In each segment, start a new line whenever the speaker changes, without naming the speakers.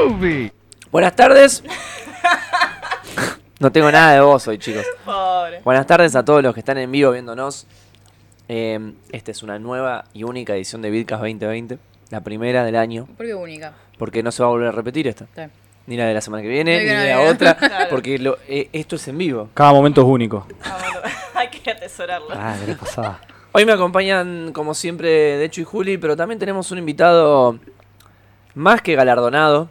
Ruby.
Buenas tardes. No tengo nada de voz hoy, chicos.
Pobre.
Buenas tardes a todos los que están en vivo viéndonos. Eh, esta es una nueva y única edición de Vidcast 2020, la primera del año,
Porque única.
porque no se va a volver a repetir esta.
Está.
Ni la de la semana que viene,
Creo
ni
que no
la
había.
otra,
Claro.
porque lo- eh, esto es en vivo.
Cada momento es único.
Hay que atesorarlo.
Ah, qué pasada.
Hoy me acompañan, como siempre, Dechu y Juli, pero también tenemos un invitado más que galardonado,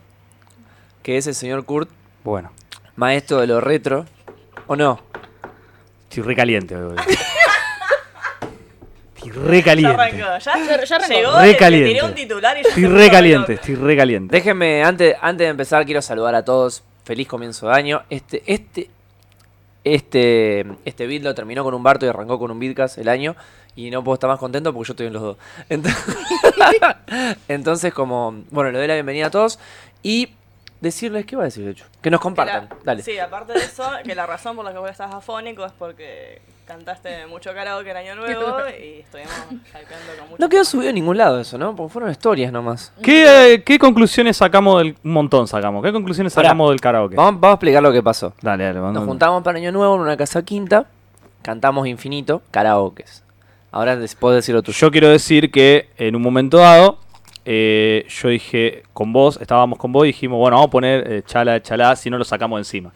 que es el señor Kurt,
Bueno,
maestro de lo retro. ¿O no?
estoy recaliente hoy. boludo. Estoy recaliente.
Arrancó. Ya, ya,
arrancó.
llegó, eh,
Re
le- le
caliente.
tiré un titular y yo
Estoy
me
recaliente,
loco.
estoy recaliente.
Déjenme, antes, antes de empezar, quiero saludar a todos. Feliz comienzo de año. Este, este, este, este beat lo terminó con un Barto y arrancó con un Bitcast el año. Y no puedo estar más contento porque yo estoy en los dos. Entonces, Entonces, como, bueno, le doy la bienvenida a todos. Y decirles, ¿qué va a decir, de hecho? Que nos
Que la-
compartan. Dale.
Sí, aparte de eso, que la razón por la que vos estás afónico es porque cantaste mucho karaoke el año nuevo y estuvimos hypeando con mucho.
No quedó subido en ningún lado eso, ¿no? Porque fueron historias nomás.
¿Qué, eh, qué conclusiones sacamos del... Un montón sacamos. ¿Qué conclusiones
Pará.
sacamos del karaoke?
Vamos, vamos a explicar lo que pasó.
Dale, dale,
Nos
vamos.
juntamos para Año Nuevo en una casa quinta. Cantamos infinito, karaokes. Ahora des- podés decir lo tuyo.
Yo quiero decir que en un momento dado, eh, yo dije con vos, estábamos con vos y dijimos, bueno, vamos a poner eh, chala, chala, si no lo sacamos encima.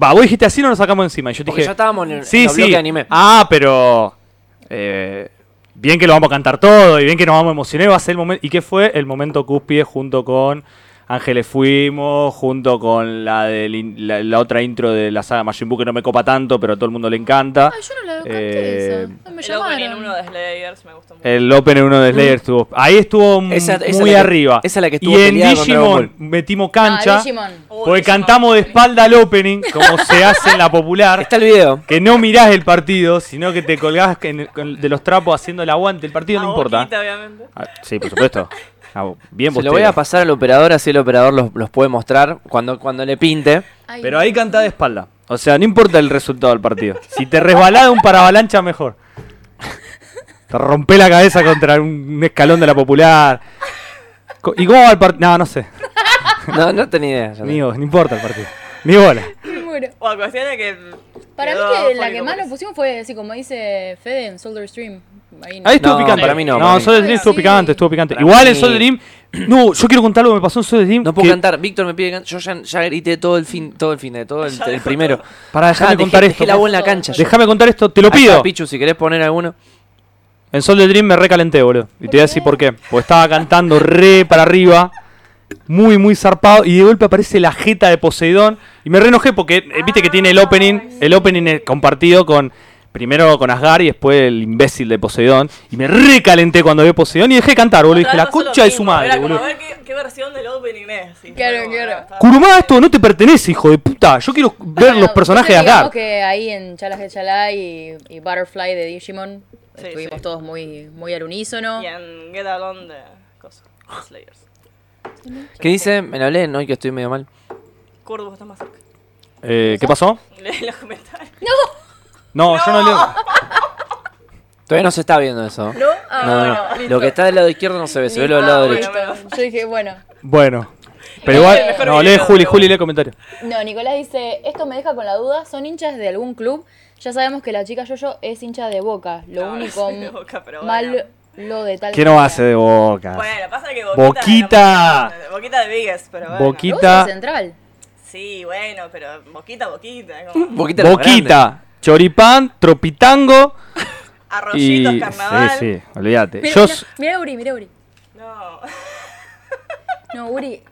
Va, vos dijiste así, no lo sacamos encima. Y yo te
Porque
dije,
ya estábamos en el,
sí,
en el
sí.
bloque de anime.
Ah, pero. eh, bien que lo vamos a cantar todo y bien que nos vamos a emocionar. Va a ser el momento. ¿Y qué fue? El momento cúspide junto con Ángeles Fuimos, junto con la, del in- la, la otra intro de la saga Majin Buu que no me copa tanto, pero a todo el mundo le encanta.
Ah, yo no la
Eh,
canté esa. No me
El opening uno
llamaron.
de Slayers me gustó mucho.
El Open en uno de Slayer estuvo. Ahí estuvo m-
Esa- esa
muy
la que-
arriba.
esa la que estuvo
Y en
peleada con Dragon
Digimon metimos cancha.
Ah, Digimon.
Uy,
porque
Digimon.
pues cantamos de espalda al opening, como se hace en la popular.
Está el video.
Que no mirás el partido, sino que te colgás en el- con- de los trapos haciendo el aguante. El partido
A
no importa.
boquita, obviamente.
Ah, sí, por supuesto. Ah, bien
Se
postero.
lo voy a pasar al operador, así el operador los, los puede mostrar cuando, cuando le pinte.
Ay,
Pero ahí canta de espalda. O sea, no importa el resultado del partido. Si te resbalás de un paravalancha, mejor. Te rompe la cabeza contra un escalón de la popular. Co- ¿Y cómo va el partido? No, no sé.
No, no tenía idea. ya
Ni,
no.
no importa el partido. Ni bola.
me muero.
Bueno, cuestión es que.
Para mí
quedó
que la
afónico
que
por
más nos
eso.
pusimos fue así como dice Fede en Soldier Stream. Ahí no.
Ahí estuvo
No,
picante.
para mí no,
No,
para mí.
Soda Stream estuvo
Sí.
picante, estuvo picante.
Para
Igual en
mí-
Soda Stream. No, yo quiero contar lo que me pasó en Soda Stream.
No puedo
que-
cantar. Víctor me pide can- Yo ya, ya grité todo el fin, todo el fin de todo el, el primero.
Pará, déjame
Ah, dejé-
contar
dejé
esto.
la voz en la cancha. yo.
Déjame contar esto, te lo
Ahí
pido.
está, Pichu, si querés poner alguno.
En Soul de Dream me recalenté, boludo. Y te voy a decir por qué. Porque estaba cantando re para arriba, muy, muy zarpado, y de golpe aparece la jeta de Poseidón. Y me re enojé porque, eh, viste que tiene el opening, el opening eh, compartido con, primero con Asgar y después el imbécil de Poseidón. Y me recalenté cuando vi Poseidón y dejé cantar, boludo.
Otra
Dije,
vez
la
pasó lo
concha de su
mismo, era
madre,
como,
boludo.
A ver qué, qué versión del opening es. y
Claro,
fue como,
claro.
ah, está-
Curumá, esto no te pertenece, hijo de puta. Yo quiero ver
Bueno,
los personajes de
entonces
Asgar.
digamos que ahí en Chala que Chala y, y Butterfly de Digimon
Sí,
estuvimos
sí.
todos muy, muy al unísono.
Y en Get Along de. Cosa. Slayers.
¿Qué dice? Me lo hablé, no, que estoy medio mal.
Kurdo, vos estás más cerca.
Eh, ¿Qué pasó?
Lee los comentarios.
No, yo no leo.
Todavía no se está viendo eso.
¿No? Ah,
No, no,
bueno,
no.
listo.
Lo que está del lado izquierdo no se ve, se ve lo del lado
Ah,
derecho.
bueno, bueno.
Yo dije, bueno.
Bueno. Pero
Eh,
igual,
mejor
no, lee
video,
Juli,
pero
Juli,
bueno.
lee comentario.
No, Nicolás dice, esto me deja con la duda, ¿son hinchas de algún club? Ya sabemos que la chica Yoyo es hincha de Boca, lo
No, no
único
soy de Boca, pero bueno.
malo lo de tal
¿Qué no
manera.
hace de boca?
Bueno, pasa que
Boquita.
Boquita. era más- Boquita de Vigues, pero bueno.
Boquita.
Vos sos de central.
Sí, bueno, pero Boquita, Boquita. es como
Boquita. lo grande.
Boquita, choripán, tropitango
Arroyitos,
y...
carnaval.
Sí, sí, olvídate.
Eh,
Mira,
Yo...
mira, mira Uri, mira Uri.
No.
No, Uri.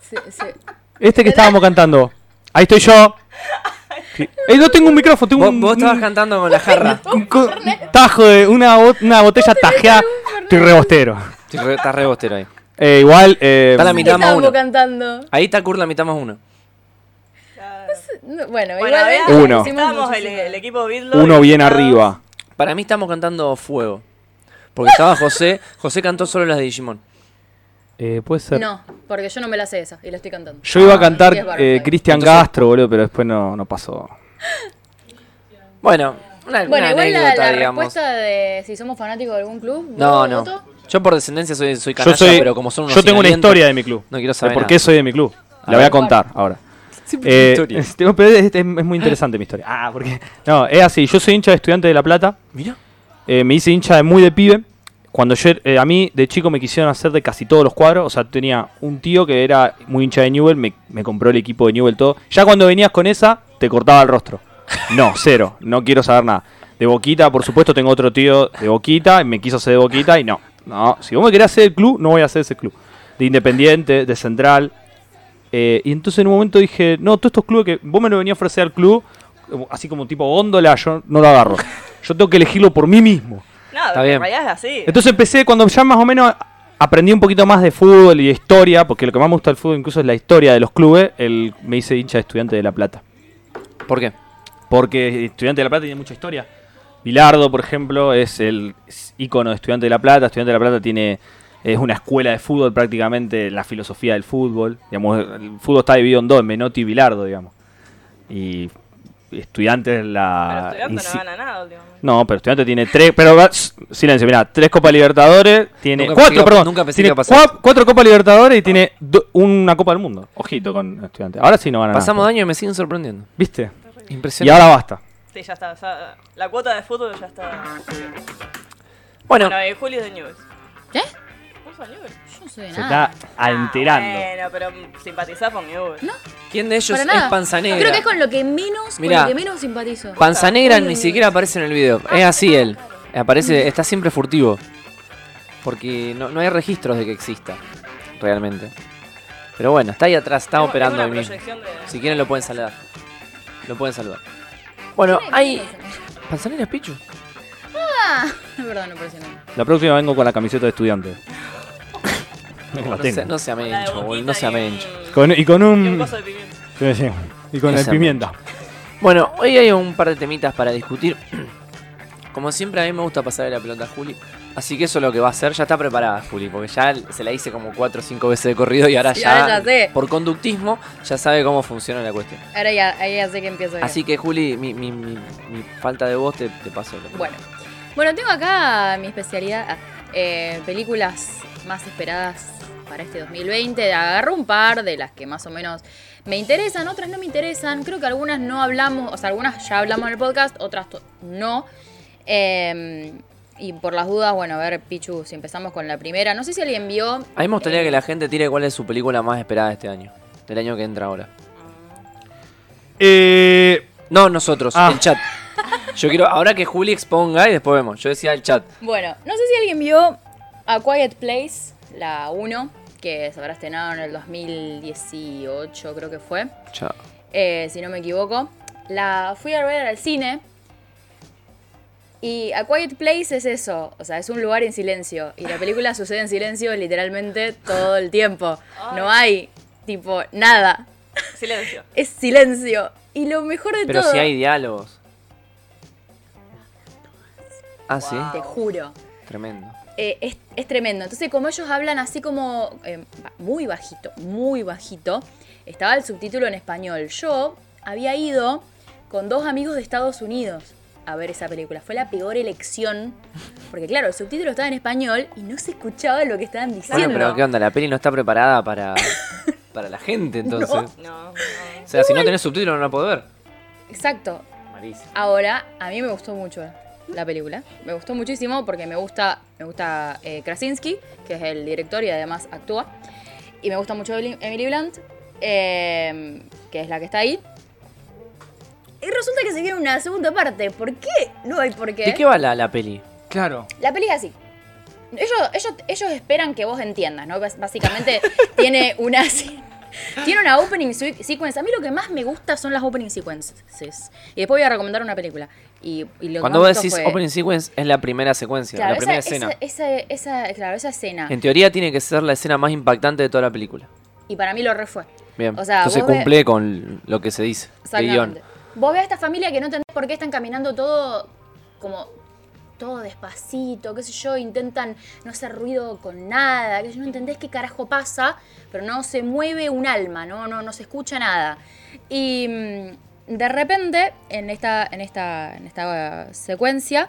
se- se-
Este que estábamos cantando. Ahí estoy yo. Sí. Eh, no tengo un micrófono, tengo
Vos,
un...
vos estabas
un-
cantando con la jarra.
un co- un tajo de una, bo- una botella tajeada. Estoy rebostero.
Estás re, estás re bostero ahí.
Eh, igual... eh,
Está la mitad.
¿Qué
Dama
estábamos
uno.
cantando?
Ahí está Kurt la mitad más uno.
Claro.
No, Bueno,
Bueno,
igual eh,
había-
Uno.
Estábamos el, el equipo Bidlo.
Uno bien arriba.
Para mí estamos cantando Fuego. Porque estaba José. José cantó solo las de Digimon.
Eh, puede ser.
No, porque yo no me la sé esa y la estoy cantando.
Yo iba a cantar
Sí, es bárbaro.
eh, Cristian
Entonces-
Castro, boludo, pero después no, no pasó.
Bueno, Una,
Bueno,
una
igual la-
anécdota,
la,
digamos.
respuesta de si somos fanáticos de algún club.
no,
voto,
no.
voto.
Yo por descendencia soy, soy
Yo,
canalla,
soy,
pero como son unos
yo tengo una
inalientos-
historia de mi club.
No quiero saber
De por
nada.
qué soy de mi club.
A
la voy
ver.
a contar ahora.
Eh,
Eh, este, pero es, es- es muy interesante mi historia. Ah, porque. No, es así. Yo soy hincha de estudiante de La Plata.
Mirá.
Eh, me hice hincha de muy de pibe. Cuando yo, eh, a mí de chico me quisieron hacer de casi todos los cuadros. O sea, tenía un tío que era muy hincha de Newell, me, me compró el equipo de Newell todo. Ya cuando venías con esa, te cortaba el rostro. No, cero, no quiero saber nada. De Boquita, por supuesto, tengo otro tío de Boquita, y me quiso hacer de Boquita y no. No, si vos me querés hacer el club, no voy a hacer ese club. De Independiente, de Central. Eh, y entonces en un momento dije, no, todos estos clubes que vos me lo venías a ofrecer al club, como- así como tipo góndola, yo no lo agarro. Yo tengo que elegirlo por mí mismo.
No,
Está bien.
en realidad es así.
Entonces empecé cuando ya más o menos aprendí un poquito más de fútbol y de historia, porque lo que más me gusta del fútbol incluso es la historia de los clubes, el, me hice hincha de estudiante de La Plata.
¿Por qué?
Porque estudiante de La Plata tiene mucha historia. Bilardo, por ejemplo, es el ícono de estudiante de La Plata. Estudiante de La Plata tiene es una escuela de fútbol prácticamente, la filosofía del fútbol. Digamos, el fútbol está dividido en dos, en Menotti y Bilardo, digamos. Y estudiante es
pero
la...
estudiante
insi-
no gana nada últimamente.
no, pero estudiante tiene tres. Pero va- s- silencio, mirá, tres Copa Libertadores, tiene.
Nunca pensé
cuatro,
que-
perdón.
nunca pensé
tiene
que iba a pasar.
cua- cuatro Copa Libertadores y tiene do- una Copa del Mundo. Ojito con estudiante. Ahora sí no ganan.
Pasamos
nada.
años y me siguen sorprendiendo.
¿Viste? Ah, pues. Y
Impresionante.
ahora basta.
Sí, ya está. o sea, la cuota de fútbol ya está.
bueno,
Bueno, eh, Julio es de News.
¿Qué?
¿Vos sos de Newell's?
¿Eh? Yo no soy de
Se
nada.
está enterando.
Ah, bueno, pero simpatizás con News. No,
¿quién de ellos
Para
es
nada.
Panzanegra?
Creo que es con lo que menos, con
Mirá.
lo que menos simpatizo.
Panzanegra ni siquiera aparece en el video. Es así él.
Mm.
Aparece, está siempre furtivo. Porque no, no hay registros de que exista. Realmente. Pero bueno, está ahí atrás, está operando
es
ahí
una
mismo.
proyección de...
Si quieren lo pueden saludar. Lo pueden saludar. Bueno, hay. ¿Panzanegra es Pichu?
Perdón, no parece nada.
La próxima vengo con la camiseta de estudiante. La
No,
tengo.
sea, no sea
la de
mencho, boludo,
boquita
no sea
y-
mencho. Mm.
Con- y con
Y un
un.
coso de pimienta.
Sí, sí. Y con
No
el
sea
pimienta.
Bueno, hoy hay un par de temitas para discutir. Como siempre, a mí me gusta pasarle la pelota a Juli. Así que eso es lo que va a hacer. Ya está preparada, Juli, porque ya se la hice como cuatro o cinco veces de corrido y ahora
Sí,
ya,
ahora ya sé.
por conductismo, ya sabe cómo funciona la cuestión.
Ahora ya, ahí ya sé que empiezo yo.
Así que, Juli, mi, mi- mi- mi falta de voz te, te paso. la pelota.
Bueno. Bueno, tengo acá mi especialidad, ah, eh, películas más esperadas para este 2020. Agarro un par de las que más o menos me interesan, otras no me interesan. Creo que algunas no hablamos, o sea, algunas ya hablamos en el podcast, otras to- no. Eh, y por las dudas, bueno, a ver, Pichu, si empezamos con la primera. No sé si alguien vio.
A mí me
Eh.
gustaría que la gente tire cuál es su película más esperada de este año. Del año que entra ahora.
Eh,
No, nosotros,
Ah.
el chat. Yo quiero, ahora que Juli exponga y después vemos. Yo decía el chat.
Bueno, no sé si alguien vio A Quiet Place, la 1, que se habrá estrenado en el 2018, creo que fue.
Chao.
eh, si no me equivoco. La fui a ver al cine. Y A Quiet Place es eso, o sea, es un lugar en silencio. Y la película sucede en silencio literalmente todo el tiempo. No hay, tipo, nada.
Silencio.
Es silencio. Y lo mejor de
Pero
todo,
si hay diálogos. Ah, sí.
te juro,
Tremendo.
eh, es, es tremendo. Entonces, como ellos hablan así como eh, ba- muy bajito, muy bajito, estaba el subtítulo en español. Yo había ido con dos amigos de Estados Unidos a ver esa película. Fue la peor elección, porque claro, el subtítulo estaba en español y no se escuchaba lo que estaban diciendo.
Bueno, pero ¿qué onda? La peli no está preparada para, para la gente, entonces.
No, no.
O sea, si no tenés subtítulos no la podés ver.
Exacto.
Malísimo.
Ahora, a mí me gustó mucho la película. Me gustó muchísimo porque me gusta, me gusta eh, Krasinski, que es el director y además actúa. Y me gusta mucho Emily- Emily Blunt, eh, que es la que está ahí. Y resulta que se viene una segunda parte. ¿Por qué? No hay por qué.
¿De qué va la, la peli?
claro.
La peli es así. Ellos, ellos, ellos esperan que vos entiendas, ¿no? Bas- Básicamente tiene una. si- Tiene una opening sui- sequence. A mí lo que más me gusta son las opening sequences. Y después voy a recomendar una película. Y, y lo que
Cuando vos
más me gustó
decís
fue-
opening sequence, es la primera secuencia,
Claro,
la primera
esa,
escena.
Esa, esa- esa- claro, esa escena.
En teoría tiene que ser la escena más impactante de toda la película.
Y para mí lo re fue.
Bien.
O sea,
Entonces
vos ve-
cumple con lo que se dice. de guión.
Exactamente. Vos ves a esta familia que no entendés por qué están caminando todo como todo despacito, qué sé yo, intentan no hacer ruido con nada, que no entendés qué carajo pasa, pero no se mueve un alma, no no no se escucha nada. Y mm, de repente, en esta, en esta, en esta eh, secuencia,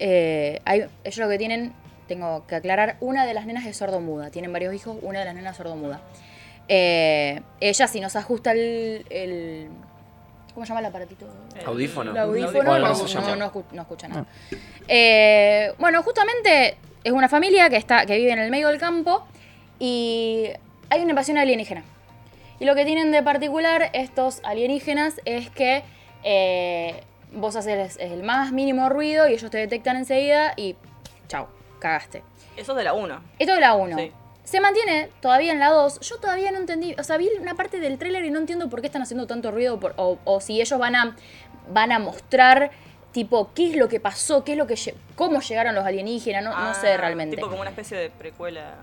eh, hay, ellos lo que tienen, tengo que aclarar, una de las nenas es sordomuda. Tienen varios hijos, una de las nenas es sordomuda. Eh, ella, si nos ajusta el, el- ¿Cómo se llama el aparatito?
Audífono.
El audífono,
Bueno,
no,
no se
no-
llama.
no escu- no escucha nada. Eh, bueno, justamente es una familia que, está, que vive en el medio del campo y hay una invasión alienígena. Y lo que tienen de particular estos alienígenas es que eh, vos haces el más mínimo ruido y ellos te detectan enseguida y chau, cagaste.
Eso es de la 1.
Esto es la 1.
Sí.
Se mantiene todavía en la 2. Yo todavía no entendí. O sea, vi una parte del tráiler y no entiendo por qué están haciendo tanto ruido por- o, o si ellos van a, van a mostrar, tipo, qué es lo que pasó, qué es lo que lle- cómo llegaron los alienígenas. No, no sé realmente.
Ah, Tipo como una especie de precuela.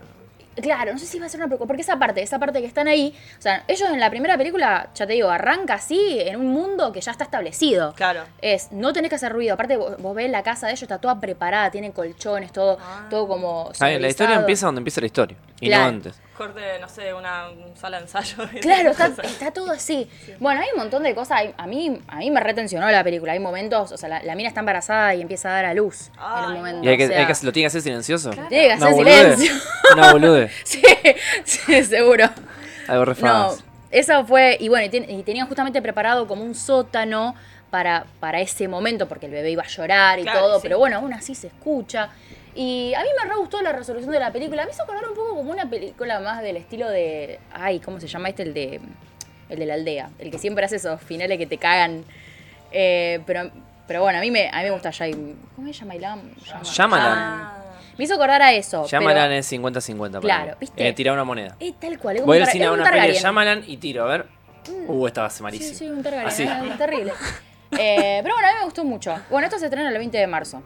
Claro, no sé si va a ser una preocupación. Porque esa parte, esa parte que están ahí. O sea, ellos en la primera película, ya te digo, arranca así en un mundo que ya está establecido.
Claro.
Es, no tenés que hacer ruido. Aparte, vos, vos ves la casa de ellos, está toda preparada, tienen colchones, todo, todo como.
Ah, la historia
sonorizado.
empieza donde empieza la historia. Y
Claro.
no antes.
Corte, no sé, una un sala de ensayo. de
Claro,
esas
está,
cosas.
está todo así. Bueno, hay un montón de cosas. hay- A mí, a mí me retencionó la película. Hay momentos, o sea, la, la mina está embarazada y empieza a dar a luz en un
Ay,
momento.
¿Y hay que,
o sea,
hay que- lo tiene que hacer silencioso?
Tiene que
Una
hacer
boludez.
silencio.
Una bolude.
sí, sí, seguro.
Algo
No,
refaz.
eso fue. Y bueno, y, ten- y tenían justamente preparado como un sótano para, para ese momento, porque el bebé iba a llorar y
Claro,
todo.
sí.
Pero bueno, aún así se escucha. Y a mí me re gustó la resolución de la película. Me hizo acordar un poco como una película más del estilo de. Ay, ¿cómo se llama este? El de. El de la aldea. El que siempre hace esos finales que te cagan. Eh, pero, pero bueno, a mí me, a mí me gusta Jai- ¿Cómo se llama? Yam- Yama-
Llamalan.
Ah,
Me hizo acordar a eso.
Llamalan
pero-
es 50-50. para
Claro,
mí.
¿viste?
Eh, tira una moneda.
Eh, tal cual. es como
Voy
un
al
tar-
cine
es
a
un
una peli de
Targaryen. Mm.
Llamalan y tiro, a ver. Uh, esta va a ser malísima.
Sí, sí, un Targaryen,
Así.
era un terrible. Eh, pero bueno, a mí me gustó mucho. Bueno, esto se estrena el 20 de marzo.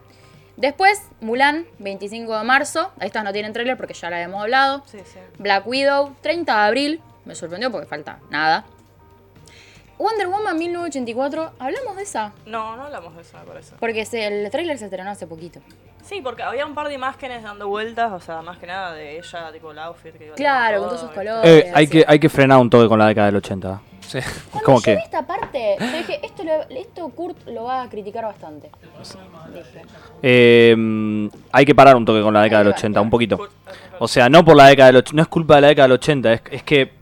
Después, Mulan, 25 de marzo. Estas no tienen tráiler porque ya la habíamos hablado.
sí, sí.
Black Widow, 30 de abril. Me sorprendió porque falta nada. Wonder Woman 1984, hablamos de esa.
No, no hablamos de eso, me parece.
Porque se- el tráiler se estrenó hace poquito.
Sí, porque había un par de imágenes dando vueltas, o sea, más que nada de ella, tipo el outfit que iba
Claro, con
teniendo
todos
todo,
esos
¿viste?
colores.
Eh, hay, que, hay que frenar un toque con la década del 80.
Sí.
Cuando
¿Cómo
yo
qué?
vi esta parte, yo dije, esto, lo- esto Kurt lo va a criticar bastante. Dije.
Eh, mm, hay que parar un toque con la década del 80, un poquito. O sea, no por la década del och- no es culpa de la década del 80, es, es que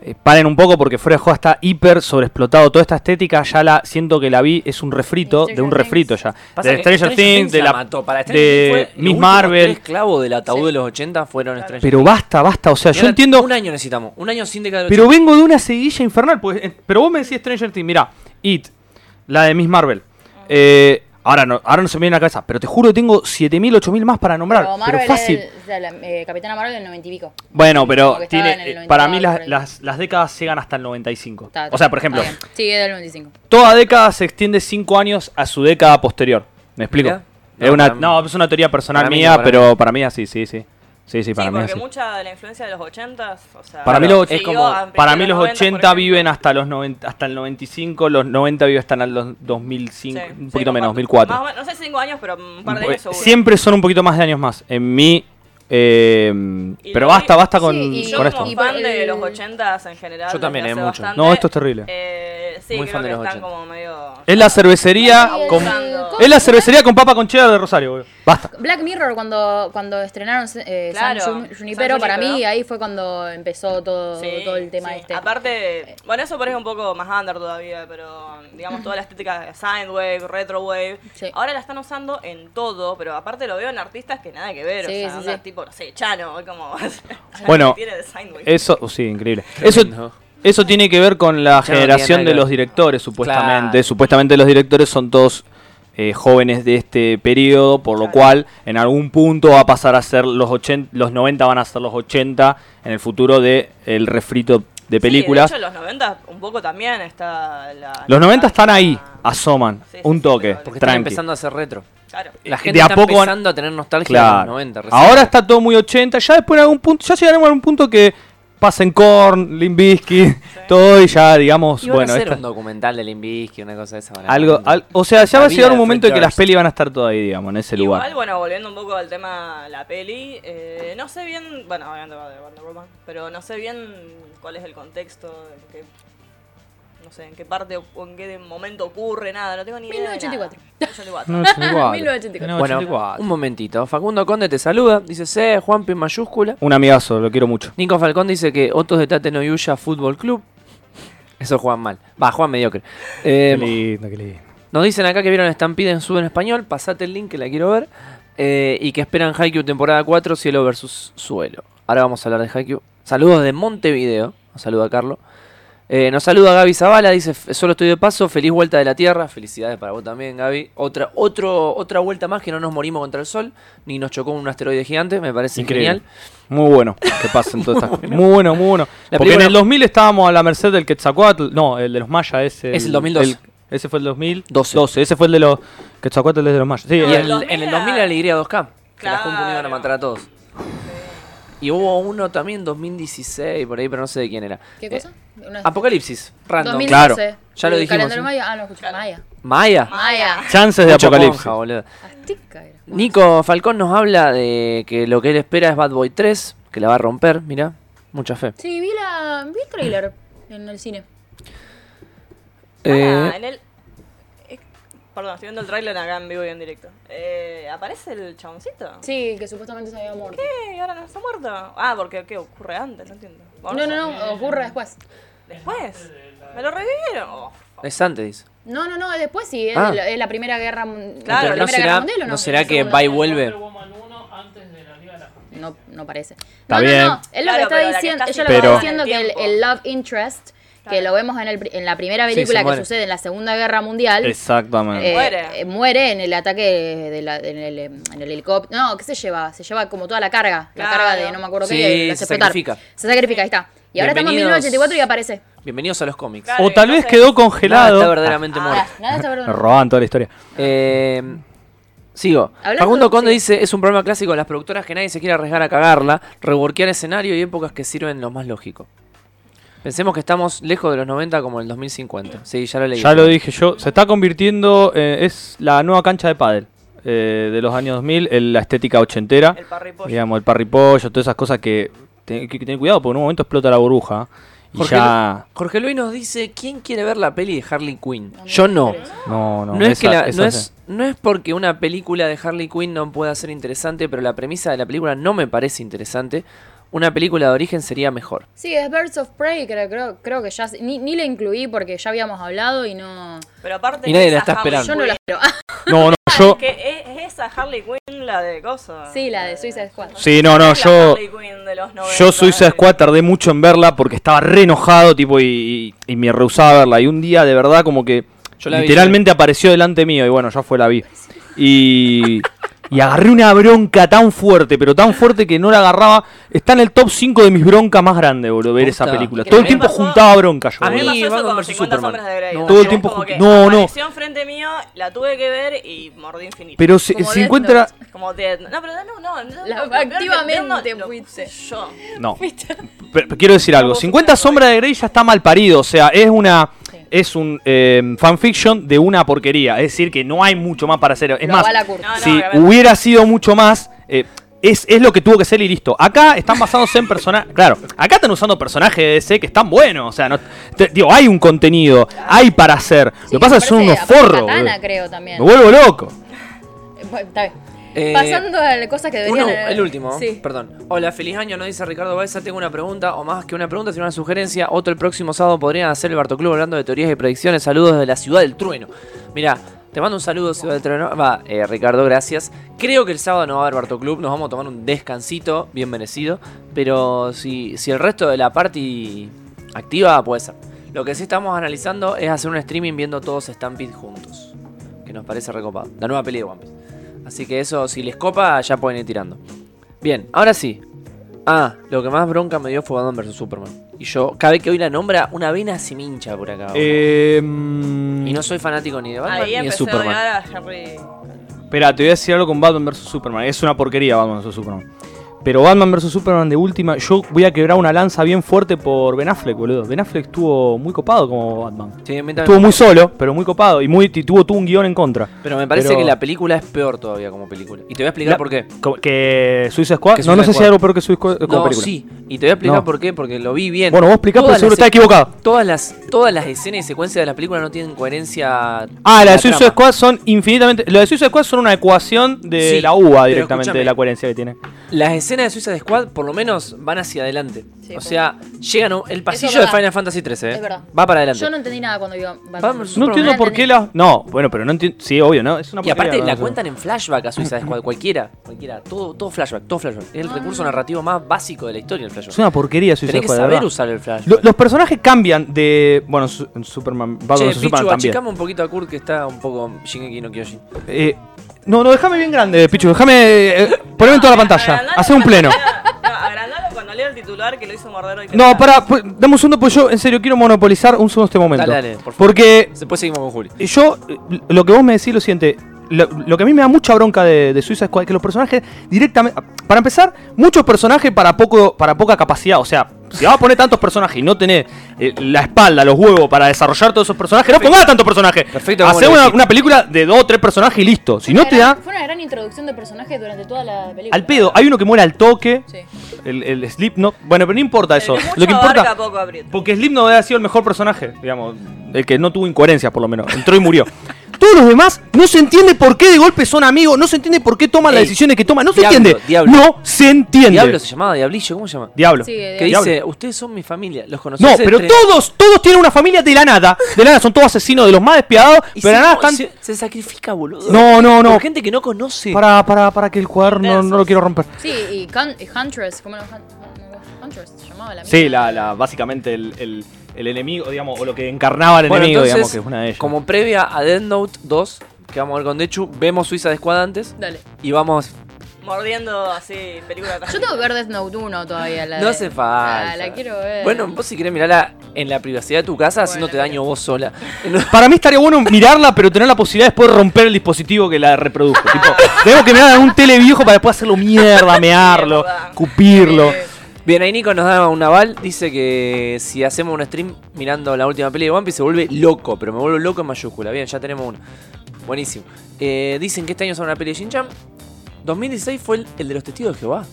eh, paren un poco porque fuera de juego está hiper sobreexplotado. Toda esta estética ya la siento que la vi, es un refrito,
Stranger
de un
Things.
refrito ya.
Pasa
de
que
Stranger Things, de
la
la,
mató. Para Stranger Things
de
fue- los
Miss
últimos
Marvel.
Tres clavos del ataúd
Sí.
de los 80 fueron Stranger
Pero basta, basta, o sea,
Y
yo
ahora
entiendo...
Un año necesitamos. Un año sin década del
Pero vengo de una seguidilla infernal. Pues, eh, pero vos me decís Stranger Things, mirá, It, la de Miss Marvel.
Ah.
Eh, ahora, no, ahora no se me viene a la cabeza, pero te juro que tengo 7.000, 8.000 más para nombrar.
Pero
Pero,
Marvel
fácil.
es el- o sea, la- eh, Capitana Marvel del 90 y pico.
Bueno, pero
Como que estaba
tiene,
en el
eh, para mí
92
las,
por ahí.
las- las décadas llegan hasta el 95.
Está-
o sea, por ejemplo,
está bien. Sí, es del 95.
toda década se extiende 5 años a su década posterior. ¿Me explico?
Mirá.
Es
No,
una,
para mí-
no, es una teoría personal
para mí
mía,
no, para
pero para mí así, sí, sí. Sí, sí, para
sí,
mí
porque
así.
mucha de la influencia de los 80 o sea,
Para mí los-
es
siguió
como-
a principios
Para mí
de
los
90, por
80
ejemplo.
viven hasta los 90, hasta el 95, los 90 viven hasta el dos- 2005,
Sí,
un
sí,
poquito
comparto.
menos,
Más o
2004.
menos, no sé, 5 años, pero un par de
Eh,
años seguro.
Siempre son un poquito más de años más. En mí, eh,
Y
pero
lo
basta,
vi-
basta con,
sí,
Y yo
con
como
esto.
Y por
fan de
el-
los 80 en general.
Yo también,
desde
eh,
hace
mucho.
bastante,
No, esto es terrible.
eh, sí,
Muy
creo
fan de
que
los
están
80.
como medio...
Es la cervecería
Ay,
con,
el- ¿cómo
es la
se
cervecería con papa con cheddar de Rosario, boludo. Basta.
Black Mirror cuando, cuando estrenaron eh,
Claro,
San Jun-
San
Junipero, para
Junipero.
mí ahí fue cuando empezó todo,
Sí,
todo el tema
sí.
este.
Aparte, bueno, eso parece un poco más under todavía, pero digamos toda la estética de sine wave, retro wave,
Sí.
ahora la están usando en todo, pero aparte lo veo en artistas que nada que ver,
Sí,
o sea,
sí,
onda
sí.
tipo, no sé, Chano, hoy como
Bueno,
tiene de sine wave.
Eso, oh, sí, increíble. Eso,
Tremendo.
eso tiene que ver con la
tiene
generación
nada
de
que
los
ver.
directores, supuestamente.
Claro.
Supuestamente los directores son todos eh, jóvenes de este periodo, por lo cual en algún punto va a pasar a ser los 80, los 90 van a ser los 80 en el futuro de el refrito de películas.
Sí, de hecho, en los 90 un poco también está la...
los
la
90 están ahí,
Ah,
asoman,
Sí, sí,
un
sí,
toque,
pero-
Porque están
tranqui. Eh,
empezando a hacer retro.
Claro.
La
De
gente
a
está
poco van-
empezando a tener nostalgia de
Claro.
los 90. recién.
Ahora está todo muy 80, ya después en algún punto, ya llegaremos a algún punto que pasen Korn, Limbisky, todo y ya digamos,
Iban
Pues bueno,
a hacer
esta-
un documental de Limbisky, una cosa de esa. van a
Algo,
hacer.
al- o sea,
La
ya va a
vida
llegar
de
un momento en
Fred
que las
Durst.
pelis van a estar todas ahí, digamos, en ese
este
Igual,
lugar.
bueno, volviendo un poco al tema de la peli, eh, no sé bien, bueno, obviamente va de Wonder Woman, pero no sé bien cuál es el contexto, en qué no sé en qué parte o o en qué momento ocurre, nada, no tengo ni idea. de nada.
1984.
1984.
No, es igual.
1984.
Bueno,
1984.
un momentito. Facundo Conde te saluda. Dice C, Juanpi en mayúscula.
Un amigazo, lo quiero mucho.
Nico Falcón dice que Otos de Tate no Yuya Fútbol Club. Eso juegan mal. Va, juegan mediocre. Eh,
Qué lindo, qué lindo.
nos dicen acá que vieron Stampede en sub en español. Pasate el link que la quiero ver. Eh, y que esperan Haikyuu temporada 4, cielo versus suelo. Ahora vamos a hablar de Haikyuu. Saludos de Montevideo. Nos saluda Carlos. Eh, nos saluda Gaby Zavala, dice, "F- solo estoy de paso, feliz vuelta de la Tierra, felicidades para vos también Gaby. Otra, otro, otra vuelta más que no nos morimos contra el Sol, ni nos chocó un asteroide gigante, me parece
Increíble.
genial.
Muy bueno que pasen todas estas cosas. Muy bueno, muy bueno.
La
Porque en
película-
el 2000 estábamos a la merced del Quetzalcoatl. No, el de los mayas es
Es el 2012.
ese fue el 2012.
12.
Ese fue el de los Quetzalcoatl es de los mayas. Sí,
Y
No,
el-
en
el
el,
2000
en el 2000 era la Y2K. Que la
Claro.
Junta iban a matar a todos. Y hubo uno también en 2016, por ahí, pero no sé de quién era.
¿Qué
Eh,
cosa? Una-
Apocalipsis, random.
2012.
ah, claro.
Ya lo
El
dijimos,
calendario
¿eh?
maya. Ah, no, escuché. Maya.
Maya.
Maya.
chances de
Mucho
apocalipsis.
monja, boludo.
Azteca era.
Nico Falcón nos habla de que lo que él espera es Bad Boy 3, que la va a romper, mirá. Mucha fe.
Sí, vi, la, vi el trailer en el cine.
Pará,
Eh,
en el- eh, Perdón, estoy viendo el tráiler acá en vivo y en directo. Eh, ¿Aparece el chaboncito?
Sí, que supuestamente se había muerto.
Eh, ahora no está muerto. Ah, porque ¿qué ocurre antes? No entiendo.
No,
Vamos
no,
a-
no, ocurre después.
Después. ¿Me lo revivieron? Oh,
es antes, dice.
No, no, no, es después sí, es,
Ah.
la, es la Primera Guerra Mundial.
Claro,
Pero
la
no
primera
será,
Guerra Mundial, ¿o
no será que
Segunda
va y
Guerra.
vuelve.
No, no parece.
Está
no,
bien.
No, no. Es lo
Claro,
que
pero
está
la que
diciendo.
está
ella lo
sin
está
Pero-
diciendo que el,
tiempo.
el love interest, que
Claro.
lo vemos en, el, pri- en la primera
Sí,
película
se
que
muere.
sucede en la Segunda Guerra Mundial.
Exactamente.
eh,
Muere.
eh, muere en el ataque de la- en, el, em, en el helicóptero. No, ¿qué se lleva? Se lleva como toda la carga. La
Claro.
carga de no me acuerdo
Sí,
qué. la
se
hace explotar.
sacrifica.
Se sacrifica, ahí está. Y ahora estamos en
Bienvenidos.
1984 y aparece.
Bienvenidos a los cómics.
Claro.
o tal vez quedó
Nada
congelado.
está verdaderamente muerto.
Ahora, nada está
Ah,
verdad.
me robaban toda la historia.
Eh, sigo.
Hablando-
Facundo Conde
sí.
dice, es un programa clásico de las productoras que nadie se quiere arriesgar a cagarla, reworkear escenario y épocas que sirven lo más lógico. Pensemos que estamos lejos de los 90 como el 2050. Sí, ya lo leí.
Ya lo dije yo. Se está convirtiendo. eh, es la nueva cancha de pádel eh, de los años 2000. el- la estética ochentera.
El parripollo.
Digamos, el parripollo, todas esas cosas que. Ten, que tener cuidado porque en un momento explota la burbuja. Y
Jorge,
ya.
Lu- Jorge Luis nos dice, ¿quién quiere ver la peli de Harley Quinn? Yo no.
No,
No,
no.
es que
esa-
la-
esa
no,
se-
es, no es porque una película de Harley Quinn no pueda ser interesante, pero la premisa de la película no me parece interesante. Una película de origen sería mejor.
Sí, es Birds of Prey, creo, creo, creo que ya. se- Ni, ni la incluí porque ya habíamos hablado y no.
Pero aparte.
Y nadie
esa
la está
Harley
esperando.
Yo no la
Quinn-
quiero.
No, no, yo.
Que es, es esa Harley Quinn la de cosa.
Ah, sí, la de Suicide Squad.
Sí, no, no,
Es la
yo.
Harley Quinn de los 90.
Yo Suicide Squad tardé mucho en verla porque estaba re enojado, tipo, y, y, y me rehusaba verla. Y un día, de verdad, como que
Yo la vi,
literalmente apareció delante mío y bueno, ya fue, la vi. Y, y agarré una bronca tan fuerte, pero tan fuerte que no la agarraba. Está en el top 5 de mis broncas más grandes, boludo, ver esa
Posta.
película.
Que
Todo
a
el
mí
tiempo
pasó-
juntaba bronca yo,
A mí me
boludo.
pasó
Y
eso
Batman
con
vs
50
Superman.
sombras de Grey.
No.
O sea,
Todo el
es
tiempo
como
ju-
que
no, no.
Apareció enfrente mío, la tuve que ver y mordí infinito.
Pero se,
Como
se
Death
encuentra...
Note.
Como Dead No, pero no, no. no
La-
no, peor que
activamente
Death Note lo
fuiste.
puse Yo.
No. Pero, pero quiero decir algo.
vos
50 sombras de Grey ya está mal parido. O sea, es una. Es un eh, fanfiction de una porquería. Es decir, que no hay mucho más para hacer. Es
Lo
más,
avala Kurt.
No, no,
si
obviamente.
hubiera sido mucho más. eh, es, es lo que tuvo que ser y listo. Acá están basados en personajes. Claro, acá están usando personajes de DC que están buenos. O sea, no, te- digo, hay un contenido, hay para hacer.
Sí,
lo que pasa es que son unos
aparece- aparece
forros.
Katana,
boludo.
creo también.
Me vuelvo loco.
Eh, bueno, está bien.
Eh,
Pasando a las cosas que deberían.
Uno,
haber-
el último,
Sí.
perdón. Hola, feliz año, nos dice Ricardo Baeza. Tengo una pregunta, o más que una pregunta, sino una sugerencia. Otro el próximo sábado podrían hacer el Barto Club hablando de teorías y predicciones. Saludos desde la Ciudad del Trueno. Mirá, te mando un saludo, Ciudad del Trueno. Va, eh, Ricardo, gracias. Creo que el sábado no va a haber Barto Club, nos vamos a tomar un descansito, bien merecido. Pero si, si el resto de la party activa, puede ser. Lo que sí estamos analizando es hacer un streaming viendo todos Stampede juntos. Que nos parece recopado. La nueva peli de One Piece. Así que eso, si les copa, ya pueden ir tirando. Bien, ahora sí. Ah, lo que más bronca me dio fue Batman vs Superman. Y yo, cada vez que hoy la nombra, una vena se me hincha por acá. boludo.
Eh,
y no soy fanático ni de Batman
Ahí
ni de
empecé a
Superman.
odiar a Harry.
Espera, te voy a decir algo con Batman vs Superman. Es una porquería Batman vs Superman. Pero Batman vs Superman de última, yo voy a quebrar una lanza bien fuerte por Ben Affleck, boludo. Ben Affleck estuvo muy copado como Batman.
Sí, a mí también
Estuvo
me-
muy solo, pero muy copado. Y muy, y tuvo, tuvo un guión en contra.
Pero me parece
pero-
que la película es peor todavía como película. Y te voy a explicar
La-
por qué.
Co- Que Suiza Squad.
Que
no, no
Suicide
sé si
Squad.
hay algo peor que Suiza Squad como
No,
película.
sí. Y te voy a explicar
No.
por qué, porque lo vi bien.
Bueno, vos explicás, pero
Todas
seguro
las
está
sec-
equivocado.
Todas las, todas las escenas y secuencias de las películas no tienen coherencia.
Ah, la de
trama.
Suicide Squad son infinitamente. Lo de Suicide Squad son una ecuación de
Sí,
la uva
pero
directamente, de
escúchame.
la coherencia que tiene.
Las escenas de Suicide Squad por lo menos van hacia adelante.
Sí,
o
pues.
sea, llegan a- el pasillo
es
de
verdad.
Final Fantasy XIII, ¿eh?
Es verdad.
Va para adelante.
Yo no entendí nada cuando iba Batman.
Vamos,
No
Superman
entiendo por qué la. No, bueno, pero no entiendo. Sí, obvio, ¿no? Es una
Y aparte
porquería,
la
no,
cuentan en flashback a Suicide Squad, cualquiera, cualquiera, todo, todo flashback, todo flashback. Es el
Ah.
recurso narrativo más básico de la historia el
Es
flashback.
una porquería Suicide
Tenés que
Squad. de
saber
verdad.
usar el flashback.
Lo- los personajes cambian de. Bueno, su- Superman.
Che,
Batman vs
Pichu,
Superman también.
achicame un poquito a Kurt que está un poco Shingeki no Kyojin.
Eh, no, no, déjame bien grande, Pichu. Déjame. eh, poneme en toda la pantalla.
Agrandalo
Hace un
cuando
pleno.
lea- no, agrandalo cuando lea el titular que lo hizo Mordero y
No,
Quebrada.
para. pues, Dame un segundo, porque yo en serio quiero monopolizar un segundo este momento.
Dale, dale, por favor.
Porque
Después seguimos con Juli.
yo. eh, Lo que vos me decís, lo siguiente. Lo, lo que a mí me da mucha bronca de, de Suiza Squad es que los personajes directamente. Para empezar, muchos personajes para poco para poca capacidad. O sea, si vas a poner tantos personajes y no tenés eh, la espalda, los huevos para desarrollar todos esos personajes, no pongas tantos personajes.
Perfecto, como
Hacé
lo
una,
dijiste.
una película de dos o tres personajes y listo. Si no
Fue
te
una
da.
gran- Fue una gran introducción de personajes durante toda la película.
Al pedo, hay uno que muere al toque.
Sí.
El, el Slipknot. Bueno, pero no importa
El que
eso.
mucho
Lo que importa.
abarca, poco aprieta.
Porque Slipknot había sido el mejor personaje, digamos. El que no tuvo incoherencias, por lo menos. Entró y murió. Todos los demás no se entiende por qué de golpe son amigos, no se entiende por qué toman las
Ey,
decisiones que toman, no se
Diablo,
entiende.
Diablo.
No se entiende.
Diablo se llamaba, Diablillo, ¿cómo se llama?
Diablo.
Sí,
Que
Diablo.
dice, ustedes son mi familia, los conocí
No,
hace
pero
tres-
todos, todos tienen una familia de la nada. De la nada, son todos asesinos de los más despiadados,
Y
pero de la
se-
nada
no,
están.
se, se sacrifica, boludo.
No, no, no.
Por gente que no conoce.
Para, para, para que el cuaderno no lo quiero romper.
Sí, y, Con- y Huntress, ¿cómo era? Hun- Huntress se llamaba la
Sí,
mina.
la, la, básicamente el, el, el enemigo, digamos, o lo que encarnaba al
Bueno,
este enemigo,
entonces,
digamos, que es una de ellas.
Como previa a Death Note 2, que vamos a ver con Dechu, vemos Suiza de Squad antes
Dale.
y vamos.
Mordiendo así, película tras
Yo tengo que ver Death Note 1 todavía. La
No
de-
hace falta.
Ah, la quiero ver.
Bueno, vos si querés mirarla en la privacidad de tu casa,
Bueno,
haciéndote
la
daño
quiero.
vos sola.
Para mí estaría bueno mirarla, pero tener la posibilidad de después romper el dispositivo que la reprodujo. tipo, tengo que mirar a un tele viejo para después hacerlo mierda, mearlo,
Mierda.
cupirlo.
Eh,
Bien, ahí Nico nos da un aval. Dice que si hacemos un stream mirando la última peli de One Piece se vuelve loco, pero me vuelvo loco en mayúscula. Bien, ya tenemos uno. Buenísimo. Eh, dicen que este año son una peli de Shin-Chan. 2016 fue el, el de los testigos de Jehová.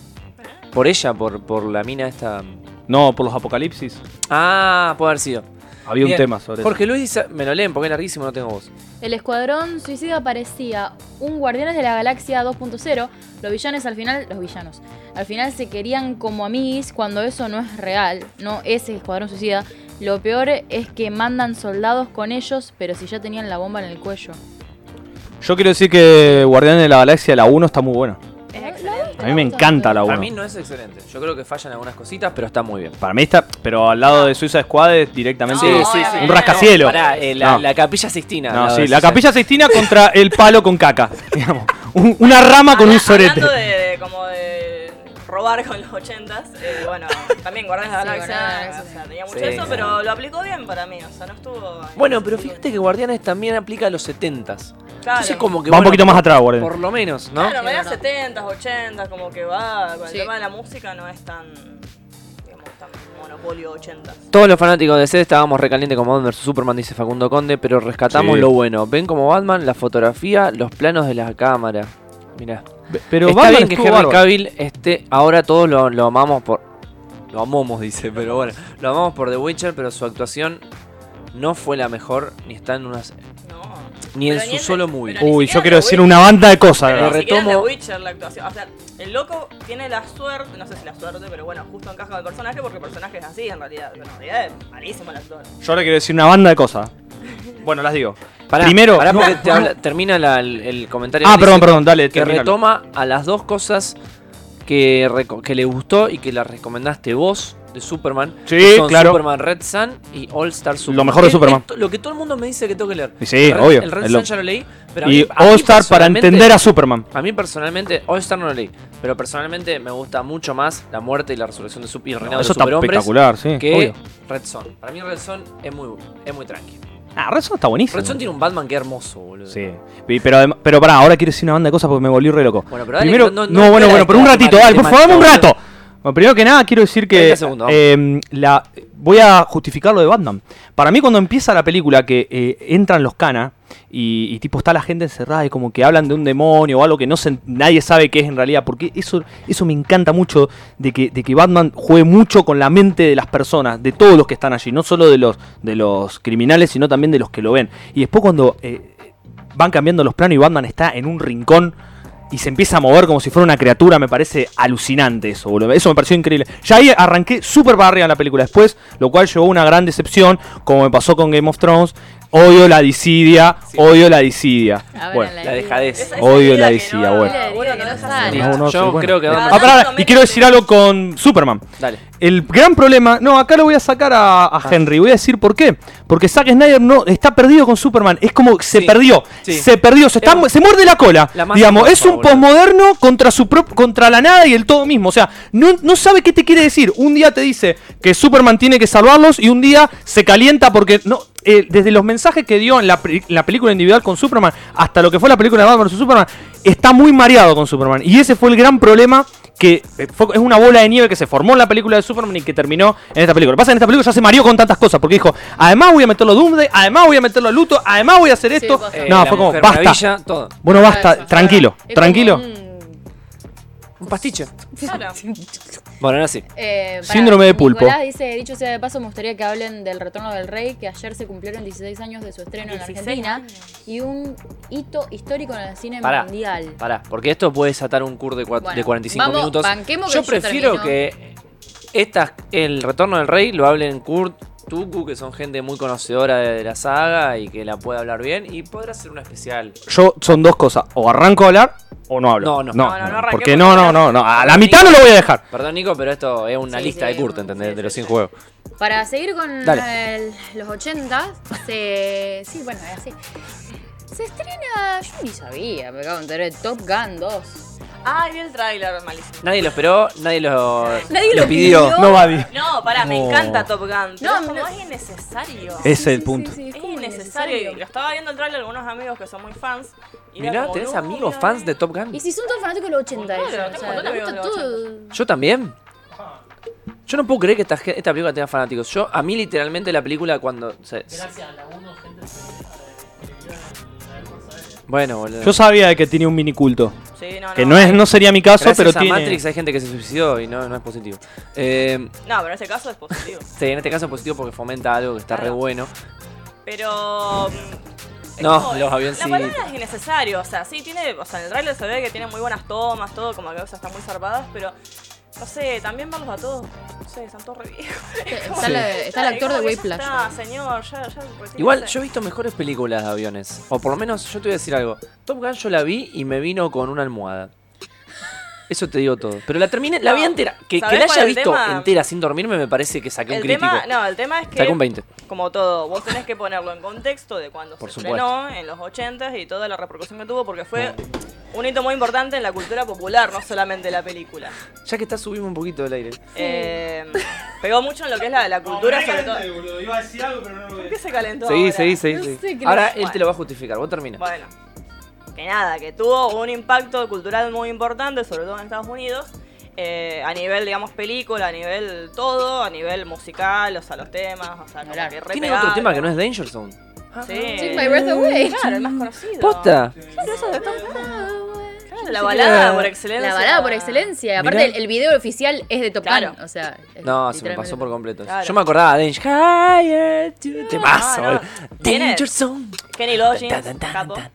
Por ella, por, por la mina esta.
No, por los apocalipsis.
Ah, puede haber sido.
Había
Bien.
un tema sobre eso.
Jorge Luis dice, me lo leen porque es larguísimo, no tengo voz.
El Escuadrón Suicida parecía un Guardianes de la Galaxia 2.0. Los villanos al final, los villanos, al final se querían como amigos cuando eso no es real, no es el Escuadrón Suicida. Lo peor es que mandan soldados con ellos, pero si ya tenían la bomba en el cuello.
Yo quiero decir que Guardián de la Galaxia, la 1, está muy buena.
es
La- la-
excelente.
A mí me encanta la
Para mí
1.
no es excelente. Yo creo que fallan algunas cositas, pero está muy bien.
Para mí está, pero al lado de Suiza Squad es directamente
Sí, sí, sí.
un rascacielos.
No, pará, eh, la,
No.
la capilla Sixtina. al
No,
lado
sí,
de
la
Suicide.
capilla sextina contra el palo con caca. Digamos. Un- una rama Ah, con un sorete.
Hablando de como de robar con los ochentas, eh, bueno, también Guardianes de la
Sí, Guardianes de la
Galaxia,
Galaxia,
o sea, tenía mucho
Sí,
eso,
sí.
pero lo aplicó bien para mí, o sea, no estuvo... ahí.
Bueno, pero fíjate que Guardianes también aplica a los 70s.
Claro.
Entonces como que
Va un
bueno,
poquito más atrás, Guardián.
Por lo menos, ¿no?
Claro,
Sí,
medio
verdad.
70, 80, como que va, con el
Sí.
tema de la música no es tan, digamos, tan monopolio 80.
Todos los fanáticos de C estábamos recalientes como Batman vs Superman, dice Facundo Conde, pero rescatamos
Sí.
lo bueno. Ven como Batman, la fotografía, los planos de la cámara. Mirá.
Pero
Está
Batman
bien que
estuvo
Henry
bárbaro.
Cavill esté. Ahora todos lo, lo amamos por. Lo amamos, dice, pero bueno. Lo amamos por The Witcher, pero su actuación no fue la mejor, ni está en unas.
No.
Ni en
Pero
su
en-
solo movie.
pero ni
Uy,
siquiera
yo
en
quiero
The
decir
Witcher.
una banda de cosas.
Pero
Lo
¿verdad?
ni siquiera en The
retomo.
Witcher la actuación. O sea, el loco tiene la suerte, no sé si la suerte, pero bueno, justo encaja con el personaje porque el personaje es así en realidad. Pero en realidad es malísimo el actor.
Yo ahora quiero decir una banda de cosas. Bueno, las digo.
Pará,
Primero.
pará
no-
porque te habla- termina la- el, el comentario.
ah,
Dice
perdón, perdón, dale.
Que
terminalo.
retoma a las dos cosas que, reco- que le gustó y que la recomendaste vos de Superman.
Sí,
que son
claro.
Superman Red Sun y All Star Superman.
mejor de
Es-
Superman.
es to- lo que todo el mundo me dice que tengo que leer.
Y sí,
el Red-
obvio,
El Red
es
Sun
lo-
ya lo leí. Pero a mí-
Y
a mí
All Star para
personalmente-
entender a Superman.
A mí personalmente, All Star no lo leí, pero personalmente me gusta mucho más la muerte y la resurrección de Super y el reinado
Eso
de
está
superhombres
espectacular, sí.
que
obvio.
Red Son. Para mí Red Son es muy, es muy tranqui.
Ah, Red Son está buenísimo.
Red Son tiene un Batman que hermoso, boludo.
Sí. Y- Pero, adem- pero pará, ahora quiero decir una banda de cosas porque me volví re loco.
Bueno, pero dale,
primero,
no- no-
no,
no
bueno,
espera
bueno,
que
pero un
te
ratito,
mate,
dale,
te
por favor,
mate,
un
boludo.
rato. Bueno, primero que nada, quiero decir que.
Treinta segundos.
eh, la, voy a justificar lo de Batman. Para mí, cuando empieza la película, que eh, entran los canas y, y tipo está la gente encerrada y como que hablan de un demonio o algo que no se- nadie sabe qué es en realidad, porque eso, eso me encanta mucho de que, de que Batman juegue mucho con la mente de las personas, de todos los que están allí, no solo de los, de los criminales, sino también de los que lo ven. Y después, cuando. eh, van cambiando los planos y Batman está en un rincón y se empieza a mover como si fuera una criatura. Me parece alucinante eso, boludo. Eso me pareció increíble. Ya ahí arranqué súper para arriba en la película después, lo cual llevó a una gran decepción, como me pasó con Game of Thrones. Odio la disidia, odio la disidia.
Abran
Bueno,
la
La dejadez.
Esa- esa
Odio
herida
la
que
disidia,
no-
bueno.
bueno, no
Herida
deja
que
salir.
no
No, no,
Yo
sí, bueno.
creo que Batman-
Ah, pará, pará, y quiero decir algo con Superman.
Dale.
El gran problema. No, acá lo voy a sacar a, a Henry. Voy a decir por qué. Porque Zack Snyder no está perdido con Superman. Es como que se
Sí,
perdió.
sí.
Se perdió. Se, está-
Es-
se muerde la cola.
La más
digamos,
hermosa,
es un
boludo.
posmoderno contra su prop- contra la nada y el todo mismo. O sea, no, no sabe qué te quiere decir. Un día te dice que Superman tiene que salvarlos y un día se calienta porque no. eh, desde los mensajes que dio en la, pri- la película individual con Superman hasta lo que fue la película de Batman vs Superman, está muy mareado con Superman. Y ese fue el gran problema que eh, fue- es una bola de nieve que se formó en la película de Superman y que terminó en esta película. Lo que pasa es que en esta película ya se mareó con tantas cosas porque dijo, además voy a meterlo a Doomsday, además voy a meterlo a Luto, además voy a hacer esto.
pasa.
Eh,
no,
la
fue como,
Mujer
basta.
Maravilla, todo.
Bueno, basta,
Eso,
tranquilo,
es como
tranquilo.
un-
Un pastiche.
Claro.
Bueno, ahora sí.
Eh, pará,
Síndrome de pulpo.
Nicolás dice, dicho sea de paso, me gustaría que hablen del Retorno del Rey, que ayer se cumplieron 16 años de su estreno en
16
Argentina
años.
y un hito histórico en el cine
Pará,
mundial.
pará, porque esto puede desatar un cur de, cua-
Bueno,
de 45
vamos,
minutos.
banquemos que
yo
yo
prefiero
termino.
que estas, el retorno del rey lo hablen Kurt, Tuku, que son gente muy conocedora de, de la saga y que la puede hablar bien y podrá hacer una especial.
Yo son dos cosas, o arranco a hablar o no hablo.
No, no.
No, no, no arranquemos
porque no, no,
porque-
no, no, a la mitad no lo voy a dejar.
Perdón, Nico, pero esto es una
Sí,
lista
sí,
de Kurt,
un-
¿entendés?
sí,
de
sí,
los 100
sí.
juegos.
Para seguir con
Dale.
el- los 80, se. Sí, bueno, es así. Se estrena. Yo ni sabía, me acabo de enterar. Top Gun 2.
Ay, vi el tráiler, malísimo.
Nadie lo esperó, nadie lo,
Nadie lo pidió.
No va a di-
No, pará, me
No.
encanta Top Gun.
No,
No, no,
no.
es innecesario.
Es el punto.
Sí, sí,
Es
como
innecesario. Y lo estaba viendo el tráiler algunos amigos que son muy fans. Y era
Mirá,
como,
tenés
no,
amigos
mira,
fans de Top Gun.
Y si son todos fanáticos de los 80,
Claro,
eso,
tengo
o
un
sea,
montón de
les gusta
amigos de los
todo.
Yo también. Yo no puedo creer que esta, ge- esta película tenga fanáticos. Yo, a mí literalmente la película cuando... se- Bueno, boludo.
Yo sabía que tiene un mini culto.
Sí, no,
Que no
eh.
es, no sería mi caso,
Gracias
pero
a
tiene.
Matrix hay gente que se suicidó y no, no es positivo. Eh,
No, pero en ese caso es positivo.
sí, en este caso es positivo porque fomenta algo que está re
Claro.
bueno.
Pero. mm,
No,
es como-
los avioncitos.
La palabra es innecesario, o sea, sí tiene. O sea, en el trailer se ve que tiene muy buenas tomas, todo, como que o sea, están muy zarpadas, pero. No sé, también verlos a todos. No sé, están todos re viejos.
Está, la- está el actor de Whiplash.
Ah, señor, ya, ya. retírese.
Igual, yo he visto mejores películas de aviones. O por lo menos, yo te voy a decir algo. Top Gun yo la vi y me vino con una almohada. Eso te digo todo. Pero la terminé, la vi
No.
entera. Que, que
¿Sabés
la
cuál
haya
es el
visto
tema?
entera sin dormirme me parece que saqué un
El
crítico.
tema, no, el tema es que.
Saqué un 20.
como todo, vos tenés que ponerlo en contexto de cuando
Por
se
supuesto.
estrenó en los 80 y toda la repercusión que tuvo, porque fue un hito muy importante en la cultura popular, no solamente la película.
Ya que está subimos un poquito del aire.
Eh, pegó mucho en lo que es la, la cultura, sobre todo. ¿Por qué se calentó?
Seguí,
ahora?
seguí, seguí.
No
seguí.
sé qué le-
Ahora él
Bueno.
te lo va a justificar. Vos termina.
Bueno, que nada, que tuvo un impacto cultural muy importante, sobre todo en Estados Unidos. eh, a nivel, digamos, película, a nivel todo, a nivel musical, o sea, los temas, o sea, como
Claro.
que re
Tiene
pegaron.
otro tema que no es Danger Zone.
Sí.
Take my breath away.
Claro, el más conocido.
¿Posta?
Claro, eso es de Tom Hanks. Claro, la
era-
balada por excelencia.
La balada por excelencia. Y aparte,
Mirá.
el, el video oficial es de Top
Claro.
Gun. O sea, es
No, se me
literalmente-
pasó por completo.
Claro.
Yo me acordaba de eh, Danger. Higher to- Temazo.
no.
boludo.
Tiene-
Danger Zone.
Kenny Loggins,
Tan, tan, tan,
capo.
tan.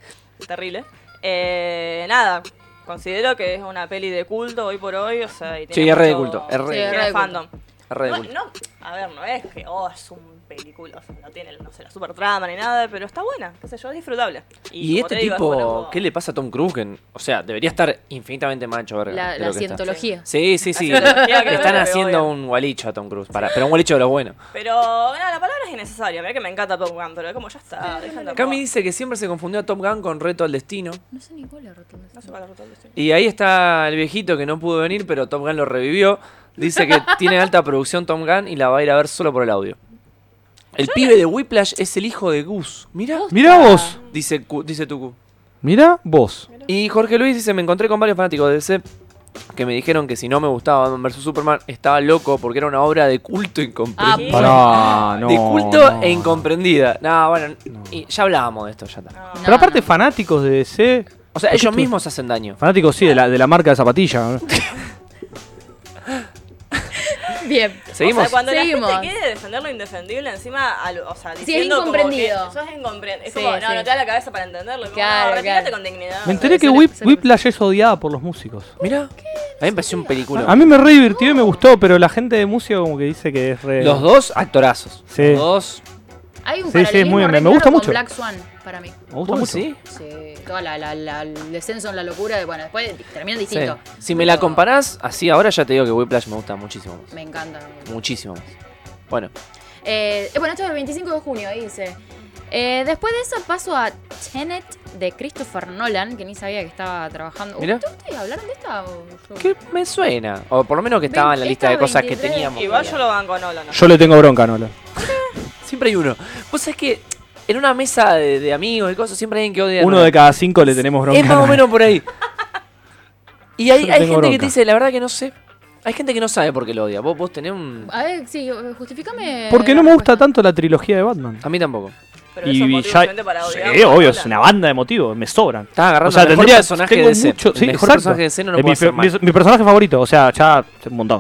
Terrible. Eh, nada, considero que es una peli de culto hoy por hoy. O sea, y tiene
Sí, es re de
mucho-
culto, es re-
Sí,
tiene
es re de
fandom.
Re de
No,
culto.
no, a ver, no es que, oh, es un película, o sea, no tiene, no sé, la super trama ni nada, pero está buena, qué sé yo, es disfrutable.
Y,
como
este
te digo, es
tipo,
bueno, como-
¿qué le pasa a Tom Cruise? Que, o sea, debería estar infinitamente macho, verga.
La,
de
la
lo que está.
cientología.
Sí, sí, sí.
cientología que
Le
no
están
le pegó
haciendo
bien.
un gualicho a Tom Cruise. Para, pero un gualicho de los buenos.
Pero, nada, la palabra es innecesaria, mira que me encanta Top Gun, pero es como ya está, dejen de-
Eh, Cami dice que siempre se confundió a Top Gun con Reto al Destino.
No sé ni cuál es la rotonda.
No sé cuál es la rotonda, sí.
Y ahí está el viejito que no pudo venir, pero Top Gun lo revivió. Dice que tiene alta producción Tom Gun y la va a ir a ver solo por el audio. El pibe de Whiplash es el hijo de Gus. Mira,
Mirá vos.
dice, Cu- dice Tuku.
Mira vos.
Y Jorge Luis dice, me encontré con varios fanáticos de DC que me dijeron que si no me gustaba Batman vs. Superman, estaba loco porque era una obra de culto incomprendida.
Pará, no.
de culto
no.
e incomprendida. No, bueno, y ya hablábamos de esto, ya está.
No.
Pero aparte, fanáticos de DC.
O sea, ellos mismos se hacen daño.
Fanáticos, sí, de la, de la marca de zapatilla. ¿no?
Bien.
Seguimos.
O sea, cuando la
Seguimos.
gente quiere defender lo indefendible, encima, al- o sea,
Sí, es
diciendo como
incomprendido.
que eso es incomprendido. Es
Sí,
como, no,
sí.
no te da la cabeza para entenderlo. Como,
Claro,
no, retirate
claro.
con dignidad.
Me enteré que
Eso le-
Whip-
eso le-
Whiplash es odiada por los músicos.
Mira, a mí me pareció un
A
película.
mí me re divirtió y me gustó, pero la gente de música como que dice que es re...
Los dos actorazos.
Sí.
Los dos.
Hay un
Sí, sí,
paralelismo
muy bien,
re
me gusta
claro con
mucho.
Black Swan para mí.
Me gusta
¿Vos
mucho.
sí?
Sí, todo la, la- la- el descenso en la locura. de- bueno, después termina
Sí.
distinto.
Si me la
Pero
comparás, así ahora ya te digo que Whiplash me gusta muchísimo más.
Me encanta.
Muchísimo más. Bueno,
Eh, eh, bueno, esto es el 25 de junio, ahí dice. Eh, después de eso paso a Tenet de Christopher Nolan, que ni sabía que estaba trabajando.
Mirá.
¿Ustedes ustedes hablaron de esta? o yo?
que me suena. O por lo menos que estaba en la
Vein-
lista de
esta
cosas que
23.
teníamos.
Igual yo lo banco, no, no, no.
Yo le tengo bronca, Nola.
Siempre hay uno. Vos sabés que en una mesa de, de amigos y cosas, siempre hay alguien que odia. a
Uno
Nolan.
de cada cinco le tenemos bronca.
Es más
a
o
Nolan.
menos por ahí. Y hay,
Yo le
hay
tengo
gente que
bronca.
te dice, la verdad que no sé. Hay gente que no sabe por qué lo odia. Vos, vos tenés un.
A ver, sí, justificame.
Porque no me gusta tanto la trilogía de Batman.
A mí tampoco.
Pero eso es motivo suficiente para
Sí,
odiarlo,
obvio,
¿no?
es una banda de motivos, me sobran.
Estás agarrando
O sea,
el mejor
tendría
personaje
tengo
de DC.
mucho- sí,
el mejor
exacto.
personaje de DC no lo
Es
puedo
mi,
hacer
fe-
mal.
mi- mi personaje favorito, o sea, ya un montón.